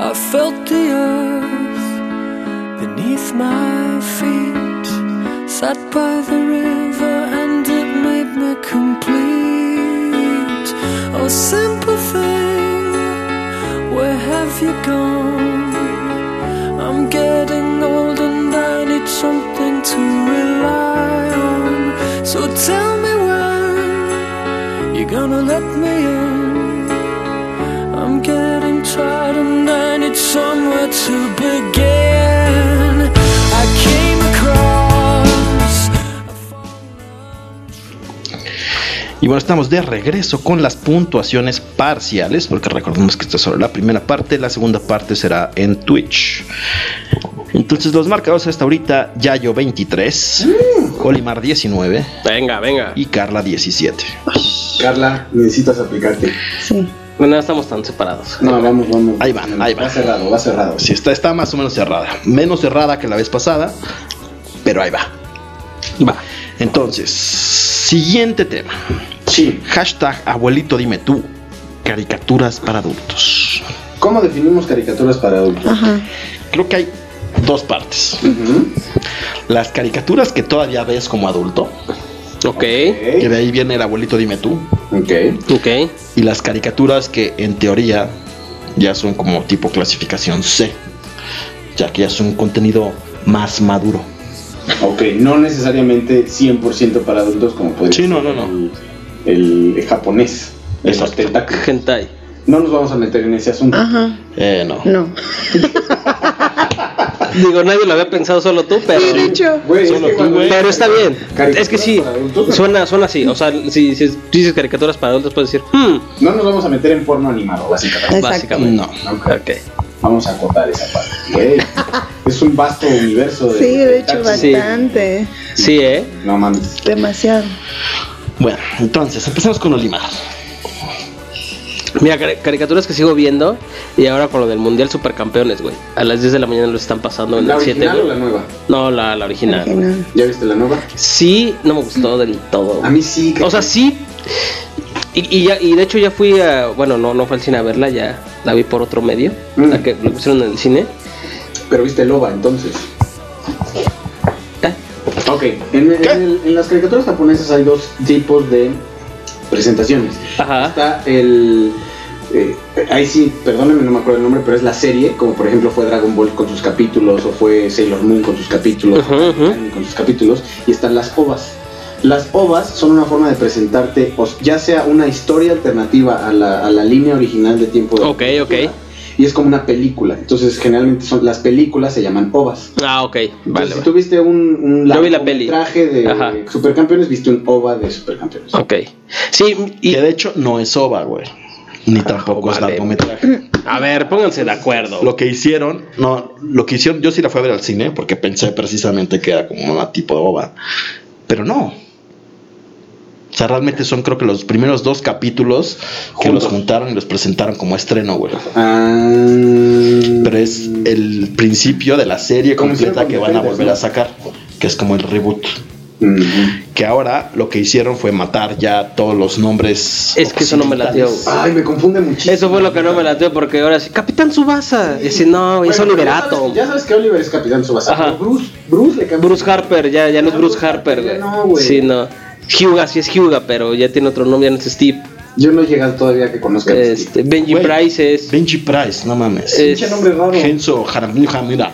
I felt the earth beneath my feet. Sat by the river and it made me complete. Oh, simple thing, where have you gone? I'm getting old and I need something to rely on. So tell me when you're gonna let me in. I'm getting tired and I need somewhere to begin. I came across.
Y bueno, estamos de regreso con las puntuaciones parciales, porque recordemos que esta es solo la primera parte, la segunda parte será en Twitch. Entonces los marcadores hasta ahorita, Yayo 23, Olimar 19
Venga, venga.
y Carla 17.
Carla, necesitas aplicarte.
Sí.
No estamos tan separados.
No, vamos, vamos.
Ahí va, ahí va.
Va cerrado, va cerrado.
Sí, está, está más o menos cerrada. Menos cerrada que la vez pasada, pero ahí va. Va. Entonces, siguiente tema.
Sí.
Hashtag abuelito dime tú. Caricaturas para adultos.
¿Cómo definimos caricaturas para adultos?
Ajá.
Creo que hay dos partes.
Ujú.
Las caricaturas que todavía ves como adulto,
Ok,
que de ahí viene el abuelito dime tú,
Ok.
ok.
y las caricaturas que en teoría ya son como tipo clasificación C, ya que ya son contenido más maduro.
Ok, no necesariamente 100% para adultos como puede
Sí,
ser
no, no, no.
El, el japonés. El
Exacto.
tentáculos.
Hentai.
No nos vamos a meter en ese asunto.
Ajá.
Eh, no.
No.
Digo, nadie lo había pensado, solo tú, pero.
Sí, de hecho.
Güey, es
Solo
que
tú,
cuando-
güey.
Pero está bien.
Caricaturas
Es que sí,
para adultos.
suena, suena así. O sea, si, si dices caricaturas para adultos, puedes decir, hmm,
No nos vamos a meter en porno animado, básicamente.
Exacto.
básicamente.
No.
Ok.
Vamos a acotar esa parte. Güey, es un vasto universo de.
Sí, de hecho,
tentáculos.
Sí.
bastante.
Sí, ¿eh?
No mames.
Demasiado.
Bueno, entonces empezamos con Olimar.
Mira, car- caricaturas que sigo viendo y ahora con lo del Mundial Supercampeones, güey. A las 10 de la mañana lo están pasando en
¿La
el 7.
original o la
güey.
nueva?
No, la, la original.
Original.
¿Ya viste la nueva?
Sí, no me gustó del todo.
A mí sí. que-
O sea, sí. Y, y ya- y de hecho ya fui a... Bueno, no, no fue al cine a verla, ya la vi por otro medio.
Mm.
La que la pusieron en el cine.
Pero viste Loba, entonces. Ok, en, en el- en las caricaturas japonesas hay dos tipos de presentaciones.
Ajá.
Está el. eh, ahí sí, perdónenme, no me acuerdo el nombre, pero es la serie, como por ejemplo fue Dragon Ball con sus capítulos, o fue Sailor Moon con sus capítulos,
Ujú, ujú.
Anime con sus capítulos, y están las ovas. Las ovas son una forma de presentarte, o ya sea una historia alternativa a la, a la línea original de tiempo de. la
Ok,
caricatura,
ok.
Y es como una película. Entonces, generalmente son, las películas se llaman ovas.
Ah, ok. Vale,
Entonces, si
vale.
tuviste un, un
Yo vi la peli.
traje de
Ajá.
supercampeones, viste un ova de supercampeones.
Ok. Sí, y...
que de hecho no es OVA, güey. Ni tampoco es
Ah, vale.
largometraje.
A ver, pónganse de acuerdo.
Lo que hicieron, no, lo que hicieron, yo sí la fui a ver al cine porque pensé precisamente que era como una tipo de OVA. Pero no. O sea, realmente son creo que los primeros dos capítulos que los
Juntos.
juntaron y los presentaron como estreno, güey.
Ah,
Pero es el principio de la serie
Como hicieron
completa
con
que van a
Defenders,
volver
¿no?
a sacar, que es como el reboot.
ujú.
Que ahora lo que hicieron fue matar ya todos los nombres.
Es que eso no me latió,
occidentales.
Ay, me confunde muchísimo.
Eso fue lo que no me latió porque ahora sí, Capitán Subasa. Y así, no,
Bueno,
es
pero
Oliverato.
Ya sabes, ya sabes que Oliver es capitán Subasa.
Ajá.
pero Bruce, Bruce le cambió.
Bruce Harper, ya, ya no es Bruce Harper, güey.
No, güey.
Sí, no. Hyuga, sí es Hyuga, pero ya tiene otro nombre, ya no es Steve.
Yo no he llegado todavía a que conozca a este.
Este, Benji
Güey,
Price es.
Benji Price, no mames.
Eh,
Pinche nombre raro.
Genso Haram- Hamida.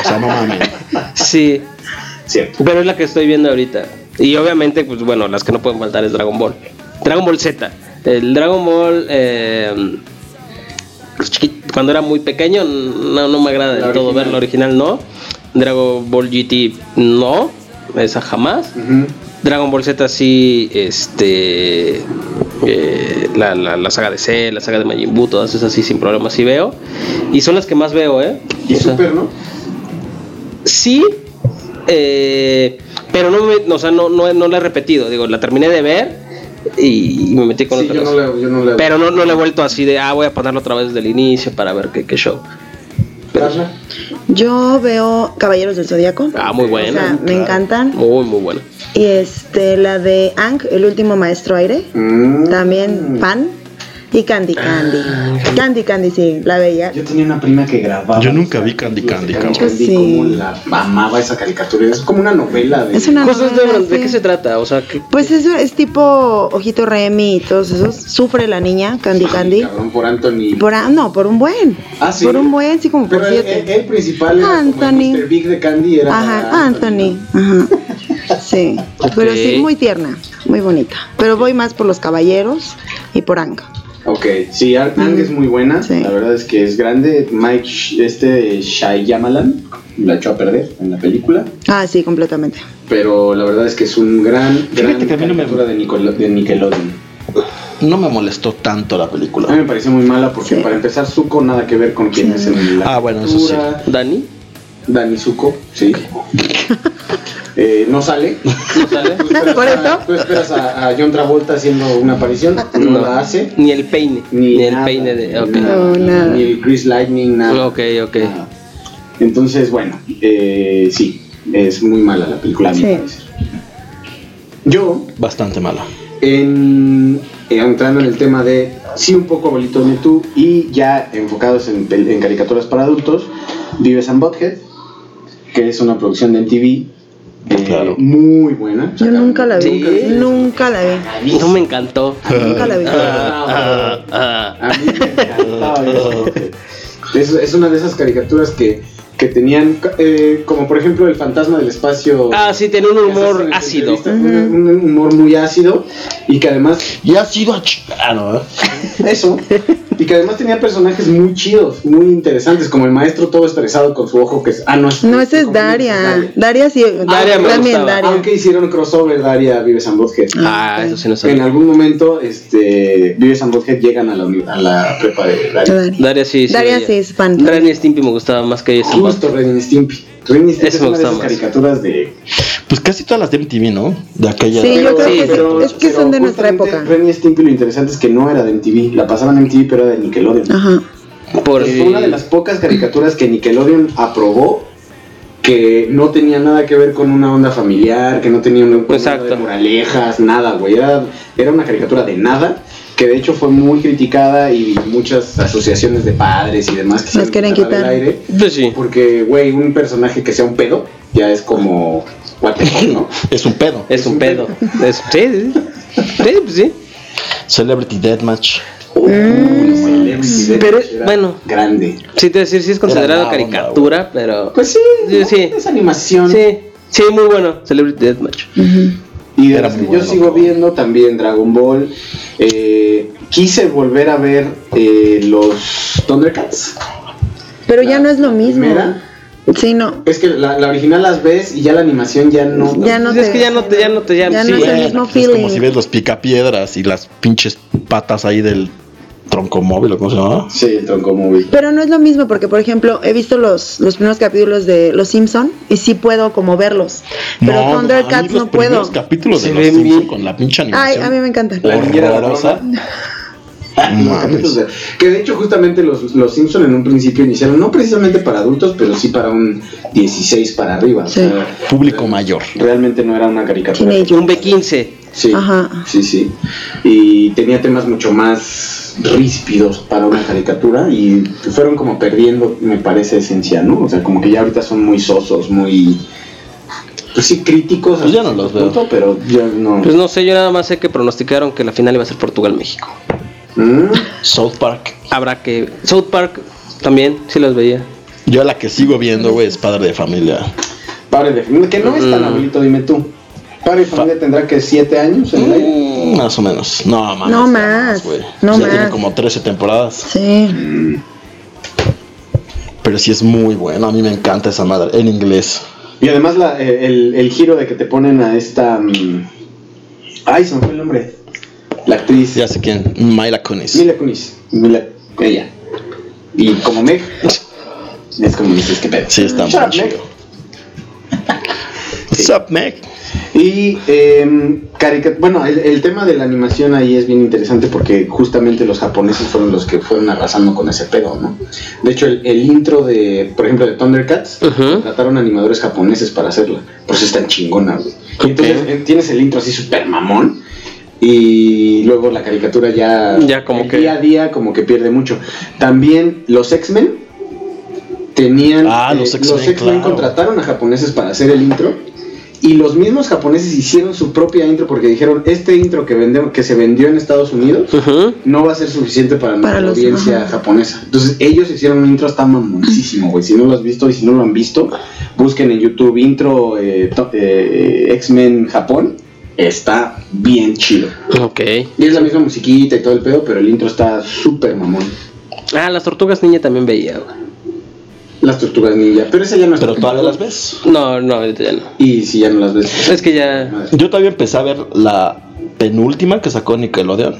o sea, no mames.
Sí,
Cierto.
pero es la que estoy viendo ahorita. Y obviamente, pues bueno, las que no pueden faltar es Dragon Ball. Dragon Ball Z. El Dragon Ball. eh, chiqui- cuando era muy pequeño, no, no me agrada
La
del todo
original.
verlo original, no. Dragon Ball GT, no. Esa jamás.
Ujú.
Dragon Ball Z sí, este, eh, la, la- la saga de C, la saga de Majin Buu, todas esas sí sin problemas sí veo. Y son las que más veo, ¿eh?
Y
O sea,
Super, ¿no?
sí, eh, pero no, me, o sea, no, no, no la he repetido. Digo, la terminé de ver y me metí con
Sí,
otra
yo no,
cosa.
le, yo no le.
Pero no, no la he vuelto así de, ah, voy a ponerlo otra vez del inicio para ver qué, qué show.
Carla,
Yo veo Caballeros del Zodíaco.
Ah, muy
O
bueno.
sea, me encantan.
Muy, muy bueno.
Y este, la de Ang, el último maestro aire.
Mm.
También Pan. Y
Ah,
Candy Candy. Candy Candy, sí, la veía.
Yo tenía una prima que grababa.
Yo nunca vi Candy Candy, cabrón.
Candy, Candy,
Sí.
como la mamaba esa caricatura. Es como una novela de.
Es una
Cosas
novela,
de, ¿de
Ah, sí.
qué se trata? O sea, ¿qué-
Pues eso es tipo Ojito Remy y todos esos. Sufre la niña, Candy Candy.
Cabrón, por Anthony.
Por, a- no, por un buen.
Ah, sí.
Por un buen, sí, como
Pero
por
el, el-
eh,
siete.
el principal era como el
Anthony.
Mr. Big de Candy era.
Ajá, Anthony. Ajá. Sí. Pero sí,
Ok.
muy tierna, muy bonita. Pero voy más por los caballeros y por Anga.
Ok, sí, Ang Ang es muy buena.
Sí.
La verdad es que es grande. Mike, Sh- este Shyamalan, la echó a perder en la película.
Ah, sí, completamente.
Pero la verdad es que es un gran, gran
que a mí no me-
caricatura de, Nicolo- de Nickelodeon.
No me molestó tanto la
A mí
película.
me pareció muy mala porque
Sí.
para empezar Zuko nada que ver con quién es en la
Ah, bueno, eso sí.
cultura.
¿Dani?
Dani Zuko, sí. Eh, no sale.
¿No sale?
Tú esperas
¿Por
a-
eso?
tú esperas a, a John Travolta haciendo una aparición, no, la hace.
Ni el peine. Ni, el
nada,
peine de. Ok.
ni nada,
No, nada.
Ni el Chris Lightning, nada.
Ok, ok.
nada. Entonces, bueno, eh, sí, es muy mala la película, a mi
Sí.
parecer. Yo,
Bastante mala.
en, eh, entrando en el tema de, sí, un poco abuelito de tú y ya enfocados en, pel- en caricaturas para adultos, Vives and Butthead, que es una producción de MTV eh,
Claro.
muy buena.
Yo
Sacaron-
nunca la vi.
Sí.
Nunca la vi.
No me encantó.
Nunca la vi.
Ah, ah,
A mí me encantaba eso. es, es una de esas caricaturas que, que tenían, eh, como por ejemplo el fantasma del espacio.
ah. Ah, sí, tiene un
que se
humor
hace
ácido.
entrevista, Un, un humor muy ácido y que además
Ya ha sido a ch- Ah, no, ¿eh?
eso y que además tenía personajes muy chidos, muy interesantes, como el maestro todo estresado con su ojo que es ah no es
No, esa es
como-
Daria. Daria sí.
Daria me
también,
gustaba.
Daria.
Aunque hicieron crossover Daria Vives and Butthead.
Ah, eso sí no
En
sabía.
algún momento este Vives and Butthead llegan a la, uni- a la prepa de Daria.
Daria.
Daria Ah, sí, sí.
Daria
veía.
sí es fan.
Ren y Stimpy me gustaba más que ella.
Justo Ren y Stimpy. Ren y Stimpy
Eso
es
me
una
gusta
de esas
más.
caricaturas de
Pues casi todas las de MTV, ¿no? De aquella.
Sí,
Pero-
yo creo que
pero-
sí. Es que
pero
son de nuestra
justamente
época.
Ren y Stimpy lo interesante es que no era de MTV, la pasaban en MTV pero era de Nickelodeon.
Ajá.
Por
Es una de las pocas caricaturas que Nickelodeon aprobó que no tenía nada que ver con una onda familiar, que no tenía una con
Exacto.
nada de moralejas, nada, güey. Era, era una caricatura de nada, que de hecho fue muy criticada y muchas asociaciones de padres y demás
Las quieren
del
quitar.
aire.
Pues sí.
Porque, güey, un personaje que sea un pedo ya es como. what the fuck, ¿no?
Es un pedo.
Es un pedo. Es, sí, sí. Sí, pues sí.
Celebrity Deathmatch.
Uy, Celebrity Death
Pero,
era
bueno.
Grande.
Sí, te decir, sí es considerado
la onda,
caricatura, pero.
Pues sí,
Sí,
¿no?
sí.
es animación.
Sí, sí, muy bueno. Celebrity Deathmatch.
Y de
Era
las
muy
que yo
bueno.
sigo viendo también Dragon Ball. Eh, quise volver a ver eh, los Thundercats.
Pero ya no es lo mismo.
Primera.
Sí, no.
Es que la, la original las ves y ya la animación ya no.
Ya no
es
te-
que ya no te, ya no te, ya,
Ya
sí.
Ah, no es el
Eh.
Bueno,
mismo
pues es como
feeling.
si ves los picapiedras y las pinches patas ahí del tronco móvil, ¿o ¿cómo se llama?
Sí, el tronco móvil.
Pero no es lo mismo porque, por ejemplo, he visto los, los primeros capítulos de Los Simpson y sí puedo como verlos. Pero
no, a mí
Thundercats no
los
puedo.
primeros capítulos de
Se
los
ven
Simpson
bien.
con la pinche
Ay,
animación.
a mí me encantan.
La niña era
horrorosa.
Los
Mames.
capítulos de- que de hecho justamente los, los Simpson en un principio iniciaron, no precisamente para adultos, pero sí para un 16 para arriba. o
Sí.
sea,
Público mayor.
realmente no era una caricatura.
Teenager.
Un B15.
Sí,
Ajá.
sí, sí. Y tenía temas mucho más ríspidos para una caricatura y fueron como perdiendo, me parece, esencia, ¿no? O sea, como que ya ahorita son muy sosos, muy... Pues sí, críticos.
Pues ya
hasta
no los
cierto
veo.
pero ya no...
Pues no sé, yo nada más sé que pronosticaron que la final iba a ser Portugal-México.
Mm.
South Park.
Habrá que. South Park también, sí los veía.
Yo la que sigo viendo, güey, es Padre de Familia.
Padre de familia, que no es tan
Mm.
abuelito, dime tú. Padre de familia tendrá que siete años en el aire.
Mm, Más o menos. No, más.
No más,
güey.
no
Ya
más.
tiene como 13 temporadas.
Sí.
Pero sí es muy bueno. A mí me encanta esa madre. En inglés.
Y además la- eh, el, el giro de que te ponen a esta... mm, Ay, se me fue el nombre. La actriz...
Ya sé quién. Myla Kunis.
Mila Kunis. Mila, ella. Y como Meg. Es como dices, qué pedo.
Sí, está
Shut
muy
up,
chido. What's up, Meg?
Y eh, carica- bueno, el, el tema de la animación ahí es bien interesante porque justamente los japoneses fueron los que fueron arrasando con ese pedo, ¿no? De hecho, el, el intro de, por ejemplo, de Thundercats,
Ujú.
trataron animadores japoneses para hacerla. Por eso es tan chingona, güey. Y Entonces eh, tienes el intro así super mamón. y luego la caricatura ya,
Ya como
el
que-
día a día como que pierde mucho. También los X-Men tenían eh,
Ah, los X-Men, claro.
contrataron a japoneses para hacer el intro y los mismos japoneses hicieron su propia intro porque dijeron este intro que vendemos que se vendió en Estados Unidos
Ujú.
no va a ser suficiente para, nuestra
los-
audiencia
ajá.
japonesa. Entonces ellos hicieron un intro hasta mamoncísimo, güey. Si no lo has visto y si no lo han visto, busquen en YouTube intro eh, to- eh, X-Men Japón. Está bien chido.
Ok.
Y es la misma musiquita y todo el pedo, pero el intro está súper mamón.
Ah, las tortugas niña también veía, güey.
Las tortugas ninja, pero esa ya no es
Pero
tortuga.
todavía las ves.
No, no, ahorita ya no.
Y si ya no las ves.
Es que ya.
madre.
Yo todavía empecé a ver la penúltima que sacó Nickelodeon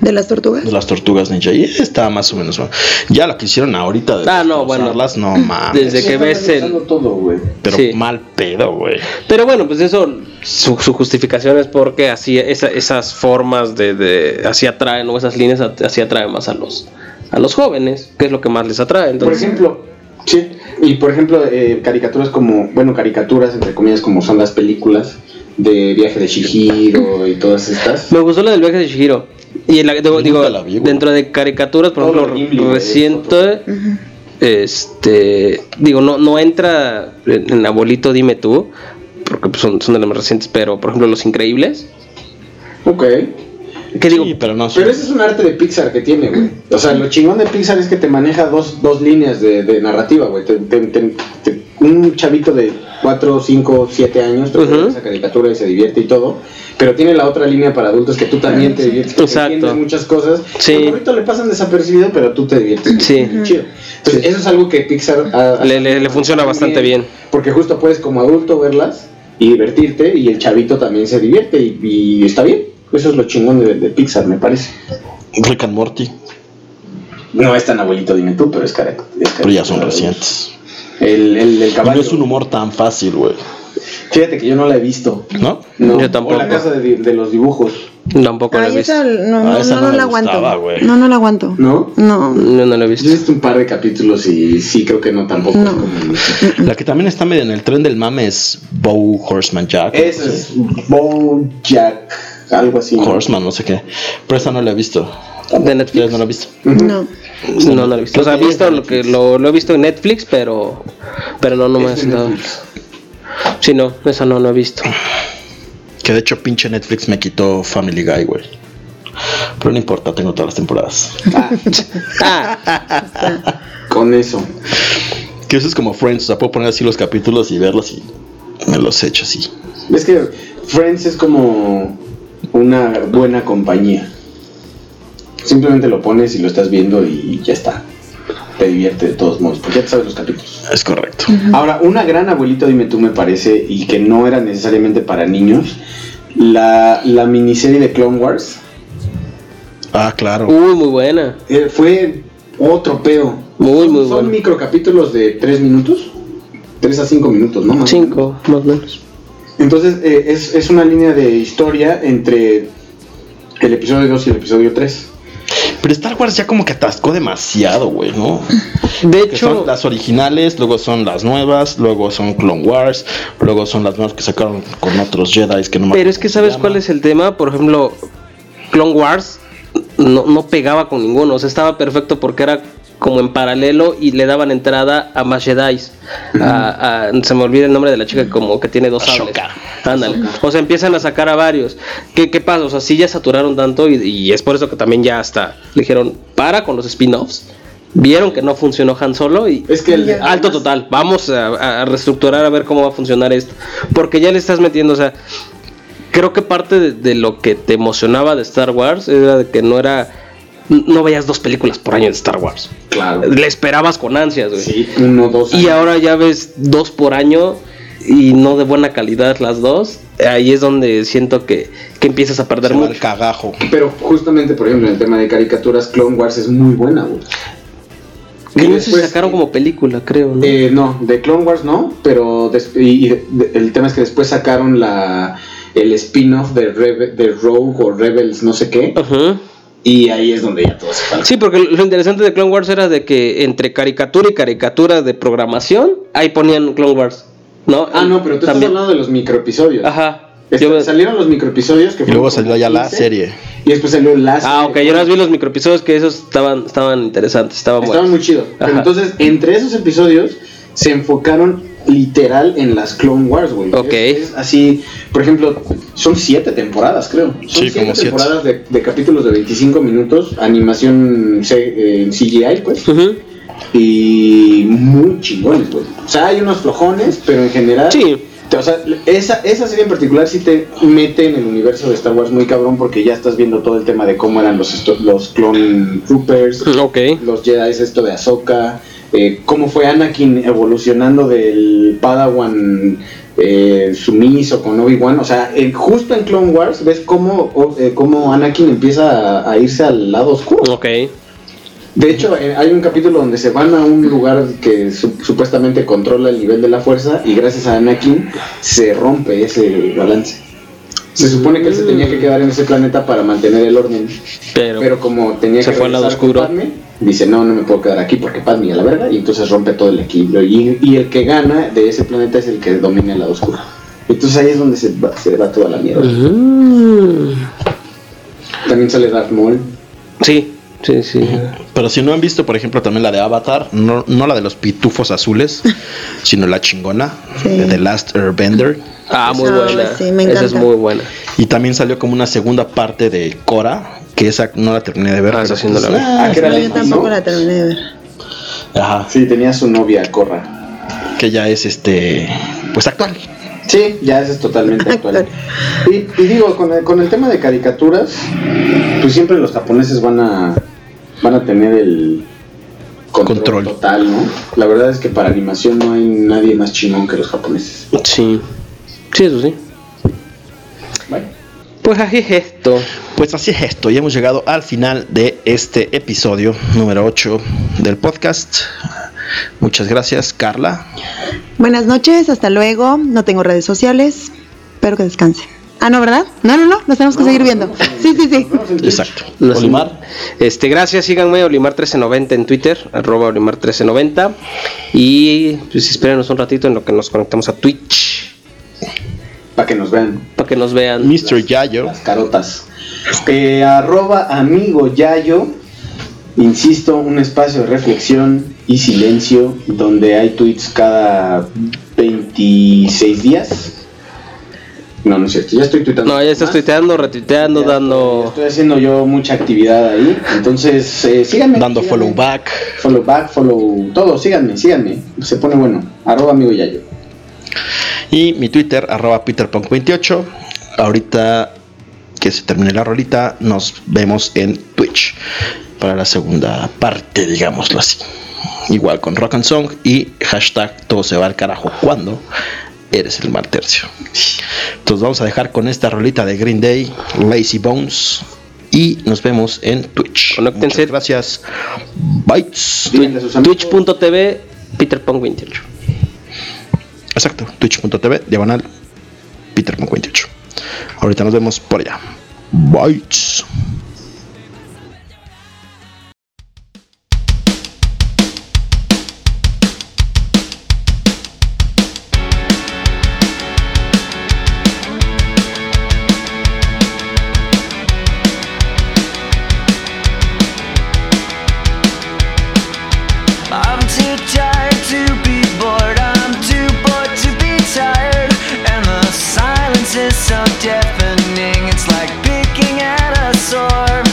¿De las tortugas?
de las tortugas ninja. Y está más o menos bueno. Ya la que hicieron ahorita de
Ah, no, bueno.
destrozarlas, no mames.
Desde que
Están
ves el.
regresando todo, güey.
Pero
sí.
mal pedo, güey.
Pero bueno, pues eso, su, su justificación es porque así esa- esas formas de, de- así atraen, o esas líneas at- así atraen más a los a los jóvenes, que es lo que más les atrae.
Por
Entonces,
ejemplo, sí, y por ejemplo, eh, caricaturas como, bueno, caricaturas entre comillas como son las películas de Viaje de Shihiro y todas estas.
me gustó la del viaje de Shihiro. Y la, digo,
Nunca
digo,
la vi, güey.
dentro de caricaturas, por
Todo
ejemplo,
Ghibli, güey,
reciente, este, digo, no, no entra en en abuelito, dime tú, porque pues, son, son de las más recientes, pero por ejemplo, Los Increíbles,
Ok.
que digo,
Sí, pero no
Pero
sé.
ese es un arte de Pixar que tiene, güey. O sea, lo chingón de Pixar es que te maneja dos, dos líneas de, de narrativa, güey. Te- te- te- te- un chavito de 4, 5, 7 años te
Ujú.
pone esa caricatura y se divierte y todo. Pero tiene la otra línea para adultos que tú también te diviertes, que
Exacto.
entiendes muchas cosas.
Sí.
Al morrito le pasan desapercibido, pero tú te diviertes.
Sí.
Muy Chido. Entonces, eso es algo que Pixar ha-
Le- le- le funciona bastante bien.
Porque justo puedes como adulto verlas y divertirte y el chavito también se divierte y, y está bien. Eso es lo chingón de- de Pixar, me parece.
Rick and Morty.
No es tan abuelito, dime tú, pero es careto.
Pero ya son recientes.
El, el, el
Y
caballo.
no es un humor tan fácil, güey.
Fíjate que yo no la he visto.
¿No?
No.
Yo tampoco.
O la casa de, di- de los dibujos,
tampoco la he
Ay,
visto.
esa no,
Ah,
no,
esa
no,
no
no
me
la aguanto.
gustaba, güey.
no, no la aguanto.
¿no?
No,
No, no la he
Yo he
visto.
visto un par de capítulos y sí, creo que no tampoco.
No.
es como-
La que también está medio en el tren del mame es Bow Horseman Jack.
Eso es Bojack, algo así. ¿no?
Horseman, no sé qué. Pero esa no la he visto.
De
¿Ustedes
Netflix.
no la han visto?
no.
No, no lo he visto. O sea, he
Creo que es
visto
de
lo que lo, lo he visto en Netflix, pero pero no no me
Es
has
de
dado.
Netflix.
Sí, no, esa no no he visto.
Que de hecho pinche Netflix me quitó Family Guy, güey. Pero no importa, tengo todas las temporadas.
Ah,
Con eso.
Que eso es como Friends, o sea, puedo poner así los capítulos y verlos y me los echo así.
Es que Friends es como una buena compañía. Simplemente lo pones y lo estás viendo y ya está. Te divierte de todos modos, porque ya te sabes los capítulos.
Es correcto.
Ahora, una gran abuelito, dime tú, me parece, y que no era necesariamente para niños, la, la miniserie de Clone Wars
Ah, claro.
uy, muy buena.
eh, fue otro pedo.
Muy, muy
Son
bueno.
microcapítulos de 3 minutos, 3 a 5 minutos, ¿no? Más o menos.
Cinco, más o menos.
Entonces, eh, es, es una línea de historia entre el episodio 2 y el episodio 3.
Pero Star Wars ya como que atascó demasiado, güey, ¿no?
De
Que son
hecho,
las originales, luego son las nuevas, luego son Clone Wars, luego son las nuevas que sacaron con otros Jedi que no me
pero es que sabes cuál es el tema, por ejemplo, Clone Wars no, no pegaba con ninguno, o sea, estaba perfecto porque era como en paralelo y le daban entrada a más Jedi. A- a- se me olvida el nombre de la chica como que tiene dos sables.
Ashoka.
Ándale. O sea, empiezan a sacar a varios. ¿Qué, qué pasa? O sea, sí ya saturaron tanto y, y es por eso que también ya hasta le dijeron, para con los spin-offs. Vieron que no funcionó Han Solo y
Es que el-
alto total. Vamos a, a reestructurar a ver cómo va a funcionar esto. Porque ya le estás metiendo, o sea, creo que parte de, de lo que te emocionaba de Star Wars era de que no era. No veías dos películas por año de Star Wars.
Claro.
Le esperabas con ansias, güey.
Sí, uno, dos.
Y ahora ya ves dos por año y no de buena calidad las dos. Ahí es donde siento que, que empiezas a perder
Se va al
mucho.
cagajo.
Pero justamente, por ejemplo, en el tema de caricaturas, Clone Wars es muy buena, güey.
Que
Y
no sé si
después-
sacaron como película, creo, ¿no?
pues, Eh, no, de Clone Wars no, pero des- y- y de- el tema es que después sacaron la el spin-off de, Rebe- de Rogue o Rebels, no sé qué,
Ajá.
y ahí es donde ya todo se para.
Sí, porque lo interesante de Clone Wars era de que entre caricatura y caricatura de programación, ahí ponían Clone Wars, ¿no?
Ah, no, pero tú estás
También.
hablando de los microepisodios.
Ajá.
Este-
Yo-
salieron los microepisodios que
Y luego
fueron
salió
como
ya la
15,
serie.
Y después salió la
Ah, ok,
serie.
yo nada más vi los microepisodios que esos estaban, estaban interesantes, estaban
Estaban
buenos.
muy chidos. Pero
Ajá.
entonces, entre esos episodios, se enfocaron literal en las Clone Wars, güey.
Ok.
Es- es así, por ejemplo, son siete temporadas, creo. Son
Sí, como siete.
temporadas de, de capítulos de 25 minutos, animación C- eh, CGI, pues.
Ujú.
Y muy chingones, güey. O sea, hay unos flojones, pero en general.
Sí.
te- O sea, esa, esa serie en particular sí te mete en el universo de Star Wars muy cabrón porque ya estás viendo todo el tema de cómo eran los, esto- los Clone Troopers,
Ok.
los Jedi, esto de Ahsoka, eh, cómo fue Anakin evolucionando del Padawan eh, sumiso con Obi-Wan. O sea, eh, justo en Clone Wars ves cómo, o- eh, cómo Anakin empieza a, a irse al lado oscuro.
Ok.
De hecho, eh, hay un capítulo donde se van a un lugar que su- supuestamente controla el nivel de la fuerza y gracias a Anakin se rompe ese balance. Se supone que él se tenía que quedar en ese planeta para mantener el orden.
Pero,
Pero como tenía
Se
que
fue al lado
regresar con
oscuro.
Padme, dice, no, no me puedo quedar aquí porque Padme a la verga, y entonces rompe todo el equilibrio. Y, y el que gana de ese planeta es el que domina el lado oscuro. Entonces ahí es donde se va, se va toda la mierda. También sale Darth Maul.
sí, sí, sí.
Pero si no han visto, por ejemplo, también la de Avatar, no, no la de los pitufos azules, sino la chingona
Sí.
de The Last Airbender.
Ah, muy
Ah,
buena.
sí, me
Esa es
encanta.
muy buena.
Y también salió como una segunda parte de Cora, que esa no la terminé de ver.
Ah,
pero
esa sí no
pues,
la vi.
ah,
Ah, que era
No, yo
Lima,
tampoco
¿no?
la terminé de ver.
Ajá,
Sí, tenía su novia, Corra.
que ya es este, pues actual.
Sí, ya ese es totalmente actual. Y, y digo, con el, con el tema de caricaturas, pues siempre los japoneses van a, van a tener el
Control.
total, ¿no? La verdad es que para animación no hay nadie más chingón que los japoneses.
Sí. Sí, eso sí.
Bueno.
Pues así es esto.
Pues así es esto, ya hemos llegado al final de este episodio número 8 del podcast. Muchas gracias, Carla.
Buenas noches, hasta luego. No tengo redes sociales. Espero que descansen. Ah, no, ¿verdad? No, no, no, nos tenemos que seguir viendo. Sí, sí, sí.
Exacto.
Los-
Olimar.
Este, gracias, síganme, Olimar1390 en Twitter, arroba Olimar1390. Y pues espérenos un ratito en lo que nos conectamos a Twitch,
Para que nos vean
para que nos vean.
Mr. Yayo.
las carotas. Eh, arroba amigo Yayo. Insisto, un espacio de reflexión y silencio donde hay tweets cada 26 días. No, no es cierto, ya estoy tuitando.
No, ya estás
más.
tuiteando, retuiteando,
Ya
dando...
Estoy haciendo yo mucha actividad ahí. Entonces, eh, síganme.
Dando
síganme.
follow back.
Follow back, follow todo. Síganme, síganme. Se pone bueno. Arroba amigo Yayo.
Y mi Twitter, arroba PeterPunk28. Ahorita que se termine la rolita, nos vemos en Twitch para la segunda parte, digámoslo así. Igual con Rock and Song y hashtag todo se va al carajo cuando eres el mal tercio. Entonces vamos a dejar con esta rolita de Green Day, Lazy Bones. Y nos vemos en Twitch.
Conéctense.
Muchas gracias. Bytes.
Díganle a sus amigos.
Twitch.tv, PeterPong28.
Exacto, twitch.tv, diagonal, peter58. Ahorita nos vemos por allá. Bytes.
I'm too tired to be bored. I'm too bored to be tired. And the silence is so deafening. It's like picking at a sword.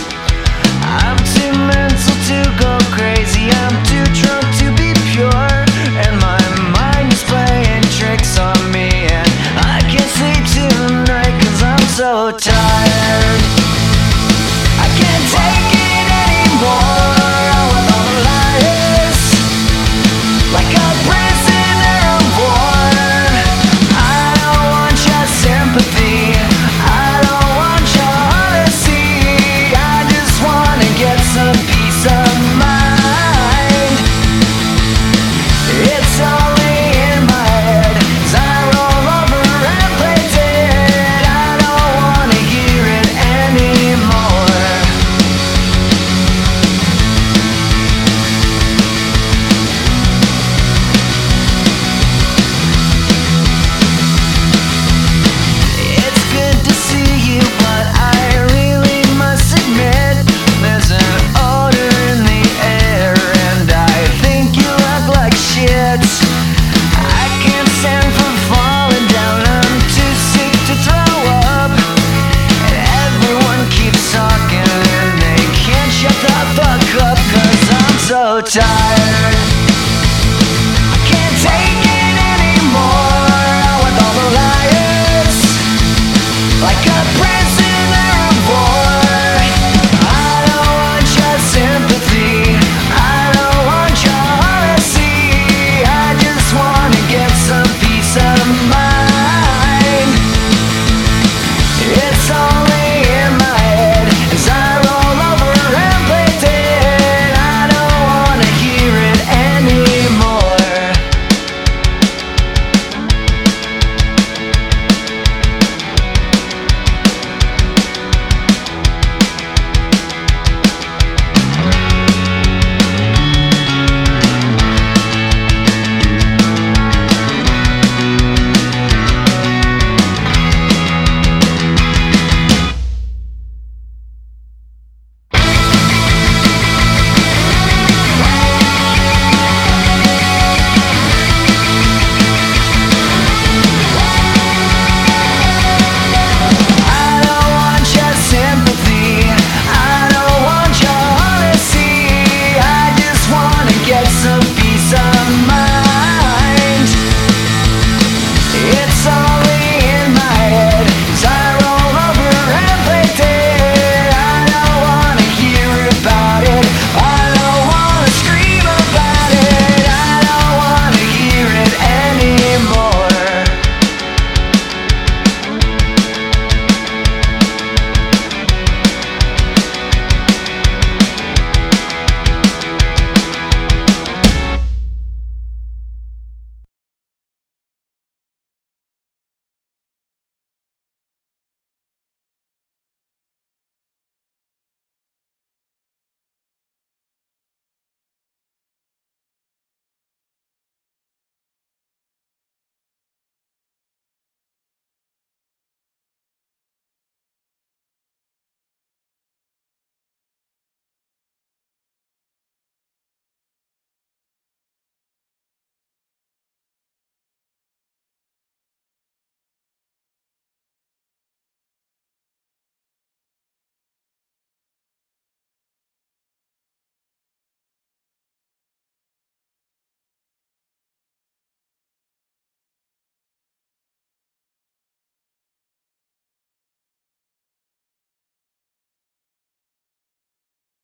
fire.